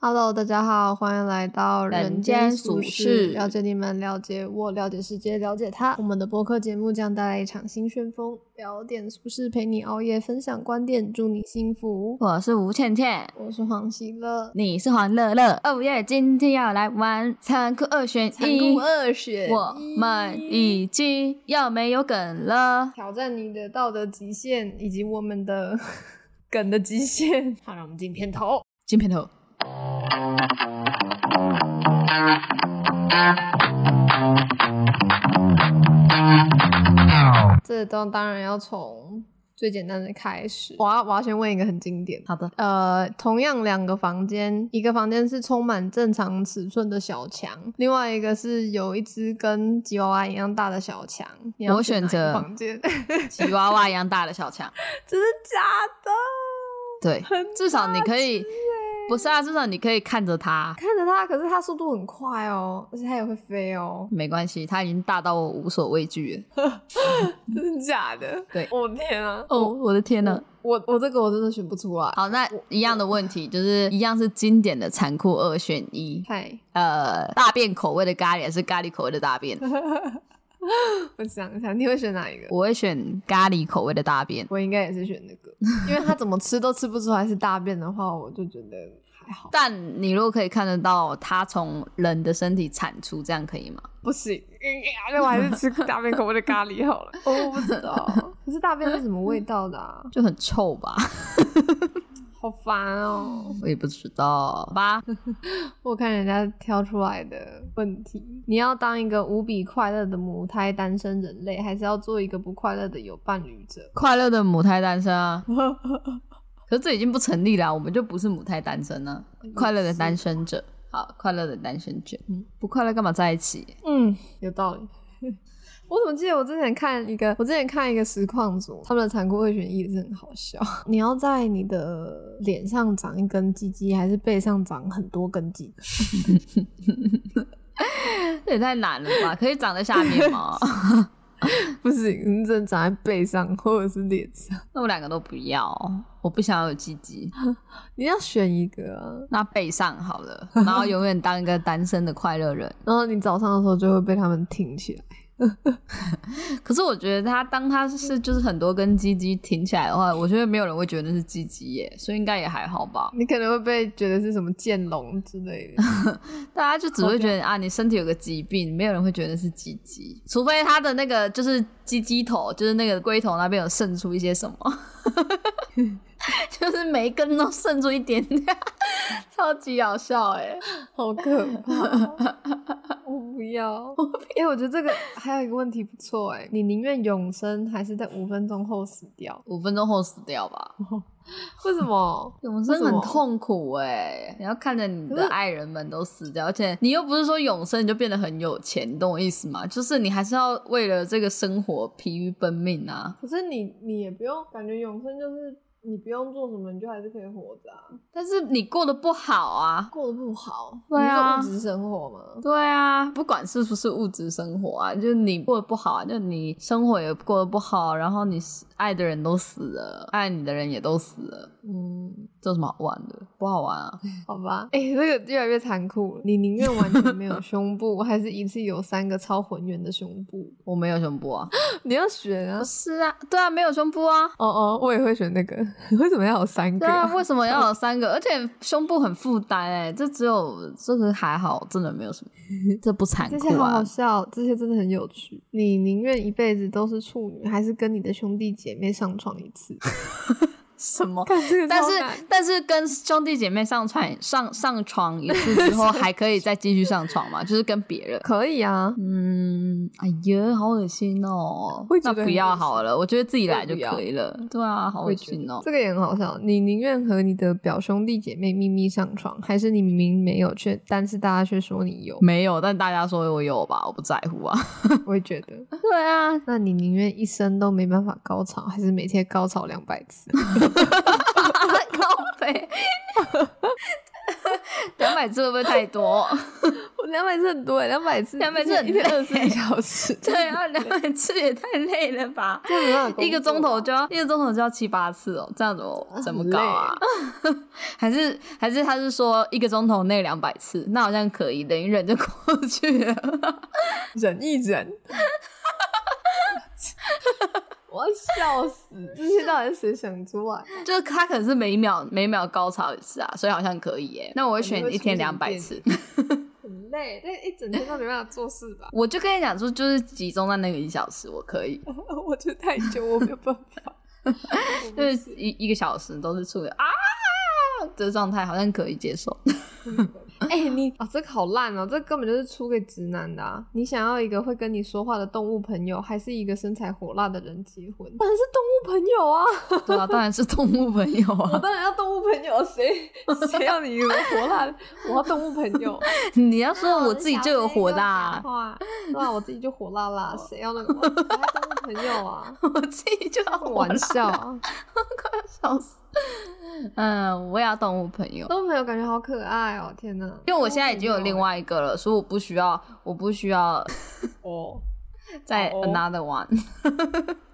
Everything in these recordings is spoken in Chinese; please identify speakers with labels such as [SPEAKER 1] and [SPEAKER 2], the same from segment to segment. [SPEAKER 1] Hello，大家好，欢迎来到
[SPEAKER 2] 人
[SPEAKER 1] 人
[SPEAKER 2] 间
[SPEAKER 1] 间俗
[SPEAKER 2] 俗
[SPEAKER 1] 世，
[SPEAKER 2] 世
[SPEAKER 1] 了解你们，了解我，了解世界，了解他。我们的播客节目将带来一场新旋风，聊点俗事，陪你熬夜，分享观点，祝你幸福。
[SPEAKER 2] 我是吴倩倩，
[SPEAKER 1] 我是黄喜乐，
[SPEAKER 2] 你是黄乐乐。哦耶，今天要来玩残酷二选
[SPEAKER 1] 残
[SPEAKER 2] 一
[SPEAKER 1] 酷，二选一
[SPEAKER 2] 我们已经要没有梗了。
[SPEAKER 1] 挑战你的道德极限，以及我们的 梗的极限。好，让我们进片头。
[SPEAKER 2] 金片头，
[SPEAKER 1] 这都当然要从最简单的开始。我要我要先问一个很经典的。
[SPEAKER 2] 好的，
[SPEAKER 1] 呃，同样两个房间，一个房间是充满正常尺寸的小强，另外一个是有一只跟吉娃娃一样大的小强。你要
[SPEAKER 2] 我
[SPEAKER 1] 选
[SPEAKER 2] 选
[SPEAKER 1] 哪一
[SPEAKER 2] 择
[SPEAKER 1] 个房间，
[SPEAKER 2] 吉娃娃一样大的小强，
[SPEAKER 1] 真的假的？
[SPEAKER 2] 对，
[SPEAKER 1] 很
[SPEAKER 2] 至少你可以
[SPEAKER 1] 大只欸，
[SPEAKER 2] 不是啊，至少你可以看着它，
[SPEAKER 1] 看着它，可是它速度很快哦，而且它也会飞哦，
[SPEAKER 2] 没关系，它已经大到我无所畏惧了。
[SPEAKER 1] 真的假的？
[SPEAKER 2] 嗯对
[SPEAKER 1] 我、天啊！
[SPEAKER 2] 哦，我的天呐！
[SPEAKER 1] 我我这个我真的选不出来。
[SPEAKER 2] 好，那一样的问题就是一样是经典的残酷二选一，
[SPEAKER 1] 嗨，
[SPEAKER 2] 呃，大便口味的咖喱还是咖喱口味的大便？
[SPEAKER 1] 我想一下，你会选哪一个？
[SPEAKER 2] 我会选咖喱口味的大便。
[SPEAKER 1] 我应该也是选那 个，因为它怎么吃都吃不出来是大便的话，我就觉得还好。
[SPEAKER 2] 但你如果可以看得到它从人的身体产出，这样可以吗？
[SPEAKER 1] 不行，嗯啊那我还是吃大便口味的咖喱好了。哦，我不知 道，可是大便是什么味道的、啊？
[SPEAKER 2] 就很臭吧？
[SPEAKER 1] 好烦哦！
[SPEAKER 2] 我也不知道吧。
[SPEAKER 1] 我看人家挑出来的问题，你要当一个无比快乐的母胎单身人类，还是要做一个不快乐的有伴侣者？
[SPEAKER 2] 快乐的母胎单身啊，可是这已经不成立了啊，我们就不是母胎单身了、快乐的单身者，好，快乐的单身者，嗯，不快乐干嘛在一起？
[SPEAKER 1] 嗯，有道理。我怎么记得我之前看一个，我之前看一个实况组，他们的残酷二选一也是很好笑。 你要在你的脸上长一根鸡鸡，还是背上长很多根鸡鸡？
[SPEAKER 2] 这也太难了吧？可以长在下面吗？
[SPEAKER 1] 不是，你只能长在背上或者是脸上，
[SPEAKER 2] 那我两个都不要，我不想要有鸡鸡，
[SPEAKER 1] 你要选一个、啊。
[SPEAKER 2] 那背上好了，然后永远当一个单身的快乐人。
[SPEAKER 1] 然后你早上的时候就会被他们挺起来。
[SPEAKER 2] 可是我觉得他当他是就是很多根鸡鸡挺起来的话，我觉得没有人会觉得那是鸡鸡耶，所以应该也还好吧。
[SPEAKER 1] 你可能会被觉得是什么剑龙之类的。
[SPEAKER 2] 大家就只会觉得啊，你身体有个疾病，没有人会觉得是鸡鸡，除非他的那个就是鸡鸡头，就是那个龟头那边有渗出一些什么， 就是每一根都渗出一点点，超级好笑哎。
[SPEAKER 1] 好可怕！我不要。哎、我觉得这个还有一个问题不错哎、你宁愿永生还是在五分钟后死掉？
[SPEAKER 2] 五分钟后死掉吧，
[SPEAKER 1] 为什么？
[SPEAKER 2] 永生
[SPEAKER 1] 为什
[SPEAKER 2] 很
[SPEAKER 1] 么
[SPEAKER 2] 痛苦哎、你要看着你
[SPEAKER 1] 可
[SPEAKER 2] 的
[SPEAKER 1] 是
[SPEAKER 2] 爱人们都死掉，而且你又不是说永生你就变得很有钱，你懂我意思吗？就是你还是要为了这个生活疲于奔命啊。
[SPEAKER 1] 可是你你也不用感觉永生就是你不用做什么，你就还是可以活着啊，
[SPEAKER 2] 但是你过得不好啊，
[SPEAKER 1] 过得不好，
[SPEAKER 2] 对啊
[SPEAKER 1] 你是物质生活吗？
[SPEAKER 2] 对啊，不管是不是物质生活啊，就是你过得不好啊，就你生活也过得不好，啊然后你爱的人都死了，爱你的人也都死了，
[SPEAKER 1] 嗯，
[SPEAKER 2] 这有什么好玩的？不好玩啊！
[SPEAKER 1] 好吧。哎、这个越来越残酷了。你宁愿完全没有胸部，还是一次有三个超浑圆的胸部？
[SPEAKER 2] 我没有胸部啊，
[SPEAKER 1] 你要选啊
[SPEAKER 2] 不！是啊，对啊，没有胸部啊。
[SPEAKER 1] 哦哦，我也会选那个。 为什么要有三个
[SPEAKER 2] 对啊，为什么要有三个？而且胸部很负担哎，这只有这个还好，真的没有什么，这不残
[SPEAKER 1] 这些
[SPEAKER 2] 酷
[SPEAKER 1] 好好
[SPEAKER 2] 啊。
[SPEAKER 1] 笑，这些真的很有趣。你宁愿一辈子都是处女，还是跟你的兄弟姐妹上床一 次？
[SPEAKER 2] 什么？
[SPEAKER 1] 看这个
[SPEAKER 2] 但
[SPEAKER 1] 超
[SPEAKER 2] 是
[SPEAKER 1] 难
[SPEAKER 2] 但是跟兄弟姐妹上床上上床一次之后，还可以再继续上床 嘛？就是跟别人。
[SPEAKER 1] 可以啊，
[SPEAKER 2] 嗯，哎呀，好恶心哦
[SPEAKER 1] 我也！觉
[SPEAKER 2] 那
[SPEAKER 1] 得很
[SPEAKER 2] 不要
[SPEAKER 1] 恶心
[SPEAKER 2] 好了，我觉得自己来就
[SPEAKER 1] 我也不要
[SPEAKER 2] 可以了。对啊，好
[SPEAKER 1] 我
[SPEAKER 2] 恶
[SPEAKER 1] 也觉
[SPEAKER 2] 心
[SPEAKER 1] 得
[SPEAKER 2] 哦！？
[SPEAKER 1] 这个也很好笑。你宁愿和你的表兄弟姐妹秘密上床，还是你明明没有却，但是大家却说你有
[SPEAKER 2] 没有，但大家说我有吧，我不在乎啊。
[SPEAKER 1] 我也觉得。
[SPEAKER 2] 对啊，
[SPEAKER 1] 那你宁愿一生都没办法高潮，还是每天高潮两百次？
[SPEAKER 2] 靠背，两百字会不会太多？
[SPEAKER 1] 我觉 两百次很多哎，两百次，
[SPEAKER 2] 200次很
[SPEAKER 1] 一天二
[SPEAKER 2] 累欸
[SPEAKER 1] 十四小时，
[SPEAKER 2] 对啊，两百次也太累了吧？
[SPEAKER 1] 这没办法工作
[SPEAKER 2] 一个钟头就要一个钟头就要七八次哦，这样怎么怎么搞啊？ 还是还是他是说一个钟头内两百次，那好像可以，忍一忍就过去了。
[SPEAKER 1] 忍一忍。 我要笑死！这些到底是谁想啊出来？
[SPEAKER 2] 就是他可能是每秒每秒高潮一次啊，所以好像可以耶。那我会选一天两百次，？
[SPEAKER 1] 很累，但一整天都没办法做事吧
[SPEAKER 2] 我就跟你讲说，就是集中在那个一小时，我可以，
[SPEAKER 1] 我觉得太久，我没有办法。
[SPEAKER 2] 就是一一个小时都是处于啊的状态，好像可以接受。
[SPEAKER 1] 哎、你啊、这个好烂哦！这根本就是出给直男的啊！你想要一个会跟你说话的动物朋友，还是一个身材火辣的人结 婚？当然是动物朋友啊！
[SPEAKER 2] 对啊，当然是动物朋友
[SPEAKER 1] 我
[SPEAKER 2] 啊，
[SPEAKER 1] 当然要动物朋友， 谁谁要你一个火辣的？我要动物朋友。
[SPEAKER 2] 你要说我自己就有火辣啊、哦
[SPEAKER 1] 哇，那我自己就火辣辣，谁要那个？ 我要动物朋友 啊！
[SPEAKER 2] 我自己就要
[SPEAKER 1] 开
[SPEAKER 2] 火
[SPEAKER 1] 玩
[SPEAKER 2] 辣，
[SPEAKER 1] 笑啊，
[SPEAKER 2] 笑死。嗯，我也要动物朋友。
[SPEAKER 1] 动物朋友感觉好可爱哦！天哪，
[SPEAKER 2] 因为我现在已经有另外一个了，所以我不需要，我不需 要
[SPEAKER 1] 哦，
[SPEAKER 2] 再
[SPEAKER 1] 哦
[SPEAKER 2] another one，、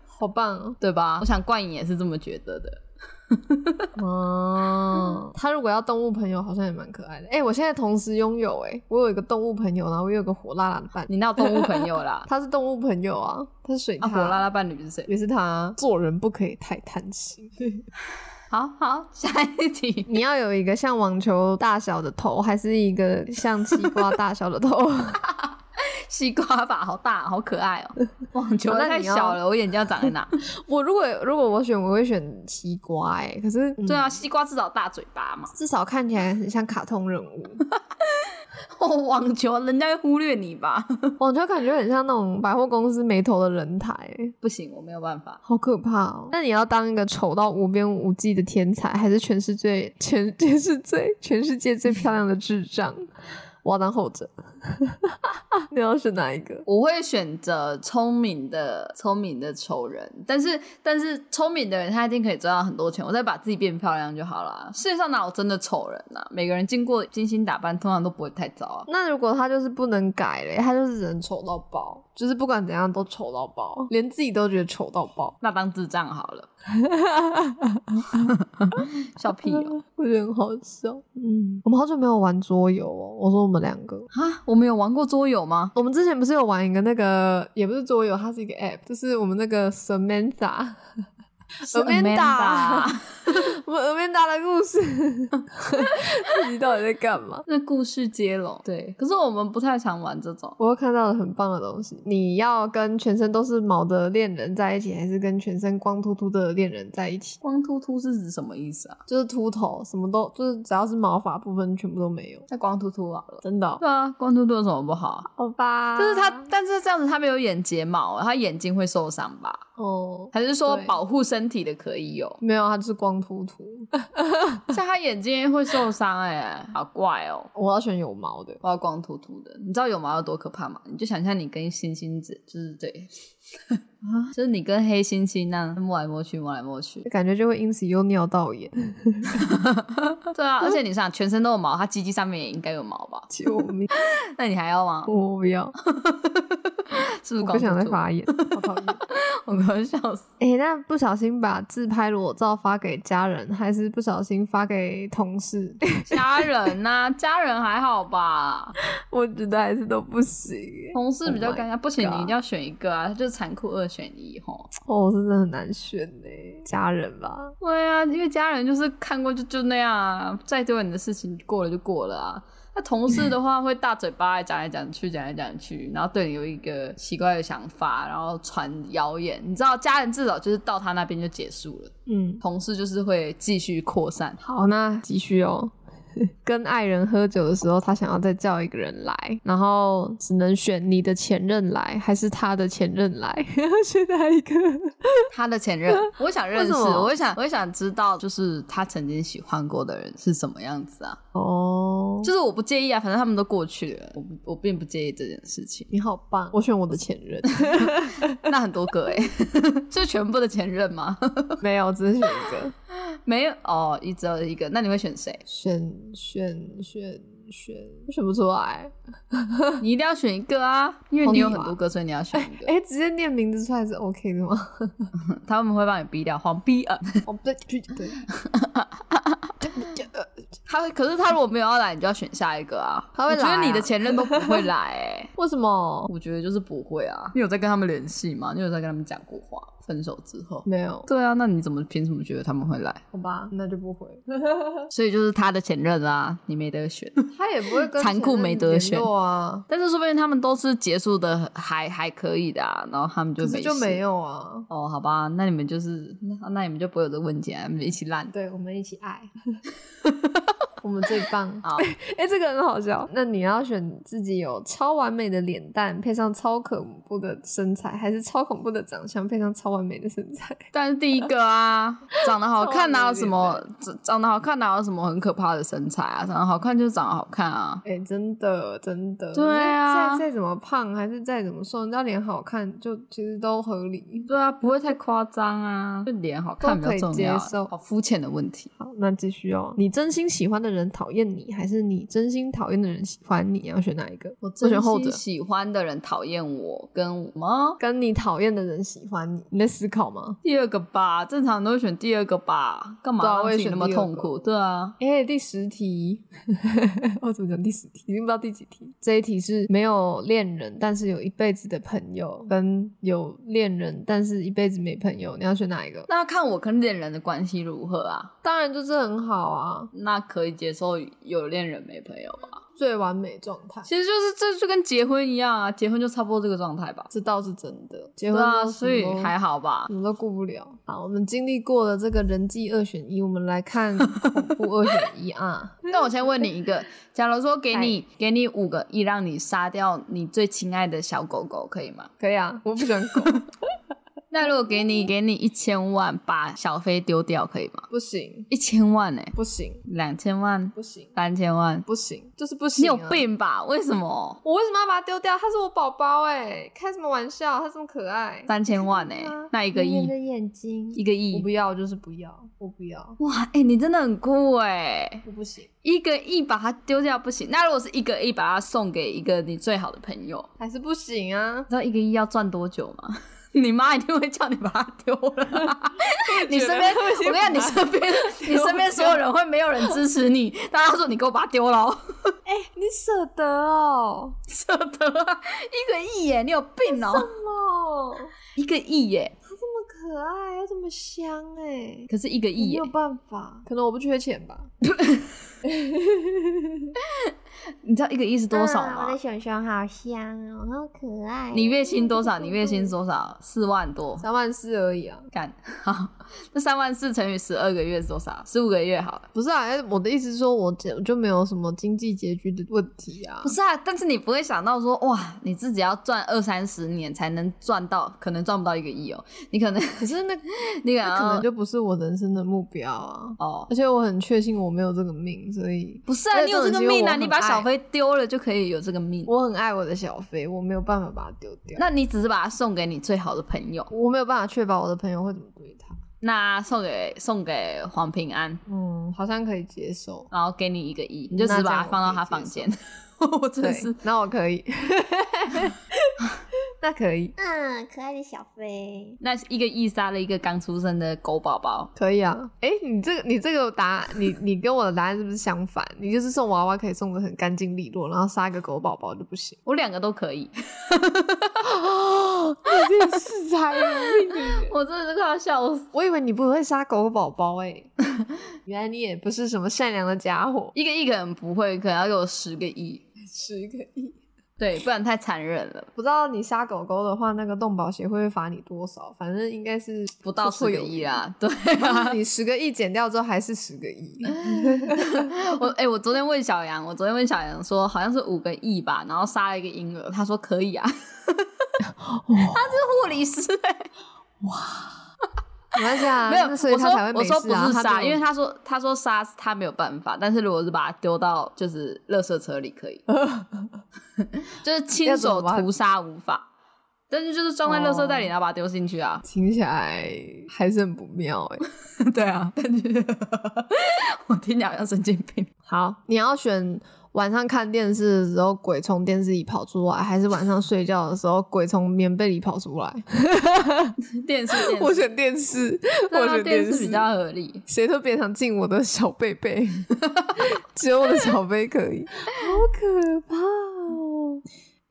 [SPEAKER 1] 好棒哦！
[SPEAKER 2] 对吧？我想冠颖也是这么觉得的。
[SPEAKER 1] 哦， 他如果要动物朋友，好像也蛮可爱的。哎、我现在同时拥有、哎，我有一个动物朋友，然后我有一个火辣辣的伴侣，，
[SPEAKER 2] 你那有动物朋友啦
[SPEAKER 1] 他是动物朋友啊，他是水
[SPEAKER 2] 啊，
[SPEAKER 1] 獭、
[SPEAKER 2] 火辣辣伴侣是谁？
[SPEAKER 1] 也是他。啊做人不可以太贪心，
[SPEAKER 2] 好好，下一题。
[SPEAKER 1] 你要有一个像网球大小的头，还是一个像西瓜大小的头？
[SPEAKER 2] 西瓜法好大，好可爱 哦、网球
[SPEAKER 1] 那
[SPEAKER 2] 太
[SPEAKER 1] 你要
[SPEAKER 2] 小了，我眼睛要长在哪？
[SPEAKER 1] 我如果如果我选，我会选西瓜、哎，可是、嗯
[SPEAKER 2] 对啊，西瓜至少大嘴巴嘛。
[SPEAKER 1] 至少看起来很像卡通人物。
[SPEAKER 2] 哦， 网球人家会忽略你吧？
[SPEAKER 1] 网球感觉很像那种百货公司没头的人才、哎
[SPEAKER 2] 不行，我没有办法。
[SPEAKER 1] 好可怕哦！那你要当一个丑到无边无际的天才，还是全世界全 全世界全世界最漂亮的智障？我要当后者。 你要选哪一个？
[SPEAKER 2] 我会选择聪明的聪明的仇人，但是但是聪明的人他一定可以赚到很多钱，我再把自己变漂亮就好了。世界上哪有真的丑人啊？每个人经过精心打扮，通常都不会太糟啊。
[SPEAKER 1] 那如果他就是不能改嘞，他就是只能丑到爆，就是不管怎样都丑到爆，连自己都觉得丑到爆。
[SPEAKER 2] 那当智障好了， 笑屁 哦、
[SPEAKER 1] 我觉得很好笑。嗯，我们好久没有玩桌游哦。我说我们两个，
[SPEAKER 2] 啊，我们有玩过桌游吗？
[SPEAKER 1] 我们之前不是有玩一个那个，也不是桌游，它是一个 app，就是我们那个 Samantha。Amanda 我们 Amanda 的故 事，自己到底在干嘛？
[SPEAKER 2] 是故事接龙，对。可是我们不太常玩这种，
[SPEAKER 1] 我又看到了很棒的东西。你要跟全身都是毛的恋人在一起，还是跟全身光秃秃的恋人在一起？
[SPEAKER 2] 光秃秃是指什么意思啊？
[SPEAKER 1] 就是秃头，什么都就是只要是毛发部分全部都没有，
[SPEAKER 2] 那光秃秃好了。
[SPEAKER 1] 真的哦、
[SPEAKER 2] 对啊，光秃秃有什么不好啊？
[SPEAKER 1] 好吧？
[SPEAKER 2] 但是他，但是这样子他没有眼睫毛，他眼睛会受伤吧？
[SPEAKER 1] 哦，
[SPEAKER 2] 还是说
[SPEAKER 1] 对？
[SPEAKER 2] 保护身体的可以有
[SPEAKER 1] 没有，他就是光秃秃。
[SPEAKER 2] 像他眼睛会受伤哎、好怪哦、
[SPEAKER 1] 我要选有毛的。
[SPEAKER 2] 我要光秃秃的，你知道有毛有多可怕吗？你就想象你跟星星子，就是对， 啊，就是你跟黑猩猩那样摸来摸去，摸来摸 去。
[SPEAKER 1] 感觉就会因此又尿道炎，
[SPEAKER 2] 对啊，而且你想全身都有毛，它鸡鸡上面也应该有毛 吧？
[SPEAKER 1] 救命！
[SPEAKER 2] 那你还要吗？
[SPEAKER 1] 我不要，
[SPEAKER 2] 是不是
[SPEAKER 1] 我
[SPEAKER 2] 光
[SPEAKER 1] 不想再
[SPEAKER 2] 秃秃？
[SPEAKER 1] 发炎， 好讨厌。
[SPEAKER 2] 我快要笑死！
[SPEAKER 1] 诶，那不小心把自拍裸照发给家人，还是不小心发给同事？
[SPEAKER 2] 家人呐、家人还好吧？
[SPEAKER 1] 我觉得还是都不行耶。
[SPEAKER 2] 同事比较
[SPEAKER 1] Oh my
[SPEAKER 2] 尴尬，不行，你
[SPEAKER 1] God
[SPEAKER 2] 一定要选一个啊，就是残酷二选一吼。
[SPEAKER 1] 哦，真的很难选呢。家人吧，
[SPEAKER 2] 对啊，因为家人就是看过就就那样啊，再丢人的事情过了就过了啊。那同事的话会大嘴巴讲来讲去，讲来讲去，然后对你有一个奇怪的想法，然后传谣言。你知道，家人至少就是到他那边就结束了，
[SPEAKER 1] 嗯，
[SPEAKER 2] 同事就是会继续扩散。
[SPEAKER 1] 好，那继续哦。 跟爱人喝酒的时候，他想要再叫一个人来，然后只能选你的前任来，还是他的前任来？ 选哪一个？
[SPEAKER 2] 他的前任，我想 认识，
[SPEAKER 1] 为什么
[SPEAKER 2] 我会想，我会想知道，就是他曾经喜欢过的人是什么样子啊。
[SPEAKER 1] 哦，。
[SPEAKER 2] 就是我不介意啊，反正他们都过去了，我不我并不介意这件事 情
[SPEAKER 1] 你好棒，我选我的前任。
[SPEAKER 2] 那很多个哎、欸，是全部的前任吗？
[SPEAKER 1] 没有，只是选一个。
[SPEAKER 2] 没有哦，一只有一个，那你会选 谁？
[SPEAKER 1] 选选选选，我选不出来。
[SPEAKER 2] 你一定要选一个啊，因为
[SPEAKER 1] 好
[SPEAKER 2] 你有
[SPEAKER 1] 腻
[SPEAKER 2] 很
[SPEAKER 1] 啊
[SPEAKER 2] 多个，所以你要选 一个。
[SPEAKER 1] 哎、直接念名字出来是 OK 的 吗？
[SPEAKER 2] 他们会帮你逼掉，黄逼 啊！
[SPEAKER 1] 哦，对对对，
[SPEAKER 2] 他可是他如果没有要来，你就要选下一个啊。
[SPEAKER 1] 他会来啊
[SPEAKER 2] 我觉得你的前任都不会来、欸，
[SPEAKER 1] 为什么
[SPEAKER 2] 我觉得就是不会啊。你有在跟他们联系吗？你有在跟他们讲过话？分手之后？
[SPEAKER 1] 没有？
[SPEAKER 2] 对啊，那你怎么凭什么觉得他们会来？
[SPEAKER 1] 好吧，那就不回。
[SPEAKER 2] 所以就是他的前任啊，你没得选。
[SPEAKER 1] 他也不会跟
[SPEAKER 2] 残酷
[SPEAKER 1] 前任
[SPEAKER 2] 没得选
[SPEAKER 1] 联络啊，
[SPEAKER 2] 但是说不定他们都是结束的还还可以的啊，然后他们就
[SPEAKER 1] 可
[SPEAKER 2] 没
[SPEAKER 1] 是就
[SPEAKER 2] 事
[SPEAKER 1] 没有啊。
[SPEAKER 2] 哦，好吧，那你们就是那那你们就不会有这个问题啊，你们一起 烂
[SPEAKER 1] 对，我们一起 爱，我们最棒。
[SPEAKER 2] 啊。
[SPEAKER 1] 哎、这个很好笑。那你要选自己有超完美的脸蛋，配上超恐怖的身材，还是超恐怖的长相，配上超完美的身材？
[SPEAKER 2] 但是第一个啊，长得好看哪有什么
[SPEAKER 1] 超
[SPEAKER 2] 长长得好看哪有什么很可怕的身材啊？长得好看就是长得好看啊。
[SPEAKER 1] 哎、真的，真的，
[SPEAKER 2] 对啊
[SPEAKER 1] 再再怎么胖，还是再怎么瘦，你只要脸好看，就其实都合理。
[SPEAKER 2] 对啊，不会太夸张啊，就脸好看比较
[SPEAKER 1] 都
[SPEAKER 2] 重
[SPEAKER 1] 可以
[SPEAKER 2] 要
[SPEAKER 1] 接
[SPEAKER 2] 啊
[SPEAKER 1] 受。
[SPEAKER 2] 好肤浅的问题，
[SPEAKER 1] 好，那继续哦。你真心喜欢的人讨厌你，还是你真心讨厌的人喜欢你？要选哪一个？我选后者
[SPEAKER 2] 真心。喜欢的人讨厌我跟我吗？
[SPEAKER 1] 跟你讨厌的人喜欢你，你在思考吗？
[SPEAKER 2] 第二个吧，正常人都会选第二个吧，干嘛
[SPEAKER 1] 对啊
[SPEAKER 2] 让
[SPEAKER 1] 我也
[SPEAKER 2] 自己
[SPEAKER 1] 选
[SPEAKER 2] 那么
[SPEAKER 1] 第二个
[SPEAKER 2] 痛苦？对啊，
[SPEAKER 1] 哎、第十题， 我怎么讲第十题？已经不知道第几题。这一题是没有恋人，但是有一辈子的朋友，跟有恋人但是一辈子没朋友，你要选哪一个？
[SPEAKER 2] 那要看我跟恋人的关系如何啊。
[SPEAKER 1] 当然就是很好啊，
[SPEAKER 2] 那可以接受有恋人没朋友吧？
[SPEAKER 1] 最完美状态。
[SPEAKER 2] 其实就是这就跟结婚一样啊，结婚就差不多这个状态吧。
[SPEAKER 1] 这倒是真的，结
[SPEAKER 2] 对
[SPEAKER 1] 婚
[SPEAKER 2] 啊，
[SPEAKER 1] 都
[SPEAKER 2] 所以
[SPEAKER 1] 什么都
[SPEAKER 2] 还好吧
[SPEAKER 1] 什。么都顾不了。啊好，我们经历过了这个人际二选一，我们来 看恐怖二选一啊。
[SPEAKER 2] 那我先问你一个，假如说给你给你五个亿，让你杀掉你最亲爱的小狗狗，可以吗？
[SPEAKER 1] 可以啊，我不喜欢狗，
[SPEAKER 2] 那如果给你给你一千万，把小飞丢掉，可以吗？
[SPEAKER 1] 不行，
[SPEAKER 2] 一千万哎、
[SPEAKER 1] 不行，
[SPEAKER 2] 两千万，
[SPEAKER 1] 不行，
[SPEAKER 2] 三千万，
[SPEAKER 1] 不行，就是不行、啊
[SPEAKER 2] 你有？病吧？为什么？
[SPEAKER 1] 我为什么要把它丢掉？它是我宝宝哎，开什么玩笑？它这么可爱，啊
[SPEAKER 2] 三千万哎、那一个
[SPEAKER 1] 圆
[SPEAKER 2] 亿
[SPEAKER 1] 圆，的眼睛，
[SPEAKER 2] 一个
[SPEAKER 1] 我
[SPEAKER 2] 亿
[SPEAKER 1] 不，要，我就是不要，我不要，
[SPEAKER 2] 哇哎、你真的很酷哎、
[SPEAKER 1] 我不行，
[SPEAKER 2] 一个亿把它丢掉不行，那如果是一个亿把它送给一个你最好的朋友，
[SPEAKER 1] 还是不行啊
[SPEAKER 2] 你！知道一个亿要赚多久吗？ 你妈一定会叫你把它丢了。 你身边，我跟你讲，你身边，你身边所有人会没有人支持你，大家说你给我把它丢了哦，
[SPEAKER 1] 你舍得哦？
[SPEAKER 2] 舍得啊！一个亿耶，你有病哦！
[SPEAKER 1] 哦，
[SPEAKER 2] 一个亿耶，
[SPEAKER 1] 它这么可爱又这么香哎，
[SPEAKER 2] 可是一个
[SPEAKER 1] 我
[SPEAKER 2] 亿
[SPEAKER 1] 没
[SPEAKER 2] 耶
[SPEAKER 1] 有，办法，啊可能我不缺钱吧。
[SPEAKER 2] 你知道一个亿是多少
[SPEAKER 1] 嗯
[SPEAKER 3] 啊我
[SPEAKER 2] 吗
[SPEAKER 3] 的？熊熊好香哦，好可爱哦。
[SPEAKER 2] 你月薪多少？你月薪多少？四万 多。
[SPEAKER 1] 三万四而已啊，
[SPEAKER 2] 干 好，那三万四乘以十二个月是多少？十五个月好了。
[SPEAKER 1] 不是啊，哎我的意思是说我就就没有什么经济拮据的问题啊
[SPEAKER 2] 不，是啊，但是你不会想到说，哇，你自己要赚二三十年才能赚到，可能赚不到一个亿哦。你可能，
[SPEAKER 1] 可是那
[SPEAKER 2] 你可能
[SPEAKER 1] 那可能就不是我人生的目标啊，
[SPEAKER 2] 哦，
[SPEAKER 1] 而且我很确信我没有这个命，所以
[SPEAKER 2] 不是啊，
[SPEAKER 1] 那
[SPEAKER 2] 你有这
[SPEAKER 1] 种
[SPEAKER 2] 个
[SPEAKER 1] 只有
[SPEAKER 2] 命
[SPEAKER 1] 我
[SPEAKER 2] 啊，
[SPEAKER 1] 很
[SPEAKER 2] 你把小
[SPEAKER 1] 爱
[SPEAKER 2] 飞丢了就可以有这个命。
[SPEAKER 1] 我很爱我的小飞，我没有办法把它丢掉，
[SPEAKER 2] 那你只是把它送给你最好的朋友，
[SPEAKER 1] 我没有办法确保我的朋友会怎么对他。
[SPEAKER 2] 那送给送给黄平安，
[SPEAKER 1] 嗯，好像可以接受。
[SPEAKER 2] 然后给你一个亿，你就只
[SPEAKER 1] 那
[SPEAKER 2] 是
[SPEAKER 1] 这
[SPEAKER 2] 把
[SPEAKER 1] 样
[SPEAKER 2] 它
[SPEAKER 1] 我
[SPEAKER 2] 放到
[SPEAKER 1] 可以
[SPEAKER 2] 他
[SPEAKER 1] 接
[SPEAKER 2] 房
[SPEAKER 1] 受
[SPEAKER 2] 间。 我真的
[SPEAKER 1] 对
[SPEAKER 2] 是，
[SPEAKER 1] 那我可以， 那可以，
[SPEAKER 3] 嗯，可爱的小飞，
[SPEAKER 2] 那一个亿杀了一个刚出生的狗宝宝，
[SPEAKER 1] 可以啊。哎、你这个你这个答你你跟我的答案是不是相反？你就是送娃娃可以送的很干净利落，然后杀一个狗宝宝就不 行。
[SPEAKER 2] 我两个都可以，
[SPEAKER 1] 哦，你这个是才有命的人。
[SPEAKER 2] 我真的是快要笑死。
[SPEAKER 1] 我以为你不会杀狗宝宝哎、原来你也不是什么善良的家伙。
[SPEAKER 2] 一个亿可能不会，可能要给我十个亿，
[SPEAKER 1] 十个亿，
[SPEAKER 2] 对，不然太残忍了。
[SPEAKER 1] 不知道你杀狗狗的话，那个动保协会会罚你多少？反正应该是
[SPEAKER 2] 不到十
[SPEAKER 1] 绰
[SPEAKER 2] 个
[SPEAKER 1] 绰有
[SPEAKER 2] 亿
[SPEAKER 1] 余。
[SPEAKER 2] 啦，对
[SPEAKER 1] 就是
[SPEAKER 2] 啊，
[SPEAKER 1] 你十个亿减掉之后还是十个 亿，
[SPEAKER 2] 我哎、我昨天问小杨，我昨天问小杨说好像是五个亿吧，然后杀了一个婴儿，他说可以啊，
[SPEAKER 1] 哦
[SPEAKER 2] 他是护理师、欸，
[SPEAKER 1] 没关系啊，
[SPEAKER 2] 没有，
[SPEAKER 1] 那
[SPEAKER 2] 我
[SPEAKER 1] 所以
[SPEAKER 2] 说
[SPEAKER 1] 他才会没
[SPEAKER 2] 我
[SPEAKER 1] 事
[SPEAKER 2] 说不
[SPEAKER 1] 啊。
[SPEAKER 2] 是
[SPEAKER 1] 他
[SPEAKER 2] 杀，
[SPEAKER 1] 没
[SPEAKER 2] 因
[SPEAKER 1] 有
[SPEAKER 2] 为他说他说杀他没有办法，但是如果是把它丢到 就是垃圾车里可以，就是亲
[SPEAKER 1] 要怎么
[SPEAKER 2] 手
[SPEAKER 1] 把它
[SPEAKER 2] 屠杀无法，但是就是装在垃圾袋里，
[SPEAKER 1] 哦
[SPEAKER 2] 然后把它丢进去啊。
[SPEAKER 1] 听起来还是很不妙哎、
[SPEAKER 2] 对啊，但是我听起来好像神经病。
[SPEAKER 1] 好，你要选晚上看电视的时候鬼从电视里跑出来，还是晚上睡觉的时候鬼从棉被里跑出来？
[SPEAKER 2] 电视，电视
[SPEAKER 1] 我选电视，
[SPEAKER 2] 对
[SPEAKER 1] 我
[SPEAKER 2] 啊
[SPEAKER 1] 选
[SPEAKER 2] 电
[SPEAKER 1] 视
[SPEAKER 2] 视比较合理。
[SPEAKER 1] 谁都别想进我的小贝贝， 只有我的小贝可 以，好可怕哦！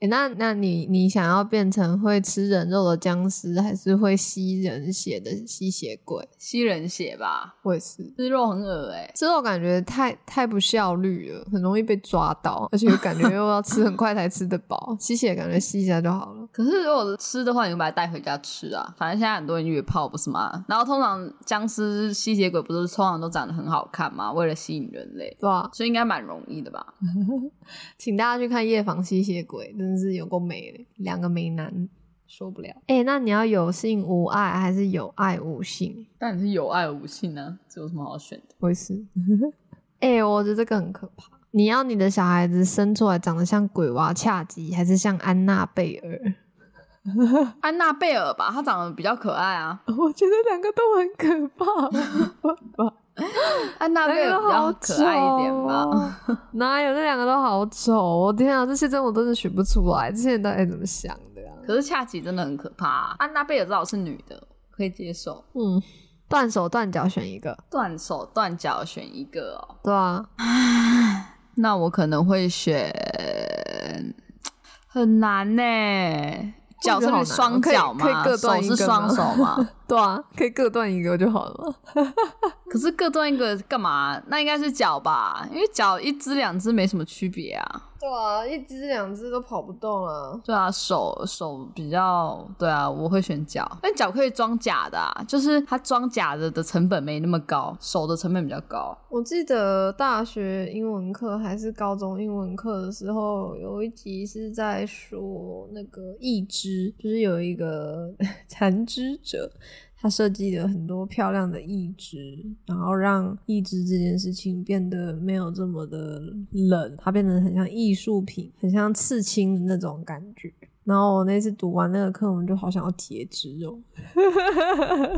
[SPEAKER 1] 诶那那你你想要变成会吃人肉的僵尸，还是会吸人血的吸血鬼？
[SPEAKER 2] 吸人血吧，
[SPEAKER 1] 我也是，
[SPEAKER 2] 吃肉很恶哎、
[SPEAKER 1] 这种感觉太太不效率了，很容易被抓到，而且感觉又要吃很快才吃得饱，吸血感觉吸一下就好了。
[SPEAKER 2] 可是如果吃的话，你就把它带回家吃啊。反正现在很多人约炮不是吗？然后通常僵尸、吸血鬼不是通常都长得很好看吗？为了吸引人类，
[SPEAKER 1] 对吧？
[SPEAKER 2] 所以应该蛮容易的吧？
[SPEAKER 1] 请大家去看《夜访吸血鬼》，真的是有够美的，两个美男受不了。哎、那你要有性无爱，还是有爱无性？
[SPEAKER 2] 但你是有爱无性呢、这有什么好选的？
[SPEAKER 1] 我也是。哎、我觉得这个很可怕。你要你的小孩子生出来长得像鬼娃恰吉，还是像安娜贝尔？
[SPEAKER 2] 安娜贝尔吧，她长得比较可爱啊。
[SPEAKER 1] 我觉得两个都很可怕。
[SPEAKER 2] 安娜贝尔比较可爱一点
[SPEAKER 1] 吧？
[SPEAKER 2] 吧。
[SPEAKER 1] 哦 哪有那两个都好丑？我天啊，这些真我真的选不出来，这些人到底怎么想的啊呀、
[SPEAKER 2] 可是恰吉真的很可怕、啊，安娜贝尔至少是女的，可以接受。
[SPEAKER 1] 嗯，断手断脚选一个，
[SPEAKER 2] 断手断脚选一个哦。
[SPEAKER 1] 对啊，
[SPEAKER 2] 那我可能会选，很难呢、脚
[SPEAKER 1] 好
[SPEAKER 2] 是
[SPEAKER 1] 难
[SPEAKER 2] 双脚嘛，
[SPEAKER 1] 可以可以各断
[SPEAKER 2] 手
[SPEAKER 1] 一
[SPEAKER 2] 是
[SPEAKER 1] 个吗
[SPEAKER 2] 双手嘛。
[SPEAKER 1] 对啊，可以各断一个就好了。
[SPEAKER 2] 可是各断一个干嘛？那应该是脚吧，因为脚一只两只没什么区别啊。
[SPEAKER 1] 对啊，一只两只都跑不动了。
[SPEAKER 2] 对啊，手手比较对啊，我会选脚，但脚可以装假的、啊，就是它装假的的成本没那么高，手的成本比较高。
[SPEAKER 1] 我记得大学英文课还是高中英文课的时候，有一集是在说那个义肢，就是有一个 残肢者，他设计了很多漂亮的义肢，然后让义肢这件事情变得没有这么的冷，它变得很像艺术品，很像刺青的那种感觉。然后我那次读完那个课，我们就好想要截肢哦，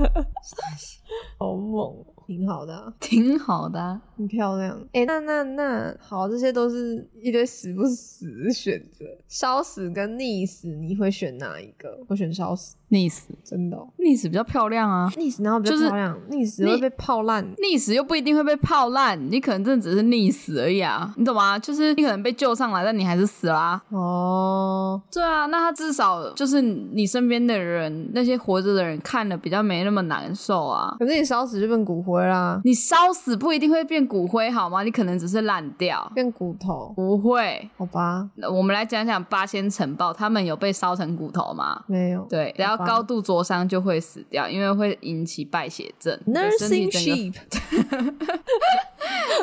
[SPEAKER 1] 好猛哦，挺好的啊、
[SPEAKER 2] 挺好的啊、
[SPEAKER 1] 很漂亮。哎、那那那好，这些都是一堆死不死的选择，烧死跟溺死，你会选哪一个？我选烧死，
[SPEAKER 2] 溺死，
[SPEAKER 1] 真的、哦。
[SPEAKER 2] 溺死比较漂亮啊。
[SPEAKER 1] 溺死然后比较
[SPEAKER 2] 就是
[SPEAKER 1] 漂亮，溺死会
[SPEAKER 2] 溺
[SPEAKER 1] 被泡烂。
[SPEAKER 2] 溺死又不一定会被泡烂，你可能真的只是溺死而已啊，你懂吗？就是你可能被救上来，但你还是死啦、
[SPEAKER 1] 哦，
[SPEAKER 2] 对啊，那他至少就是你身边的人，那些活着的人看了比较没那么难受啊。
[SPEAKER 1] 可是你烧死就变骨灰啦，
[SPEAKER 2] 你烧死不一定会变骨灰好吗？你可能只是烂掉，
[SPEAKER 1] 变骨头，
[SPEAKER 2] 不会。
[SPEAKER 1] 好吧？
[SPEAKER 2] 那我们来讲讲八仙城堡，他们有被烧成骨头吗？
[SPEAKER 1] 没有。
[SPEAKER 2] 对，只要
[SPEAKER 1] 好吧
[SPEAKER 2] 高度灼伤就会死掉，因为会引起败血症。对身体
[SPEAKER 1] Nursing
[SPEAKER 2] 整个
[SPEAKER 1] sheep，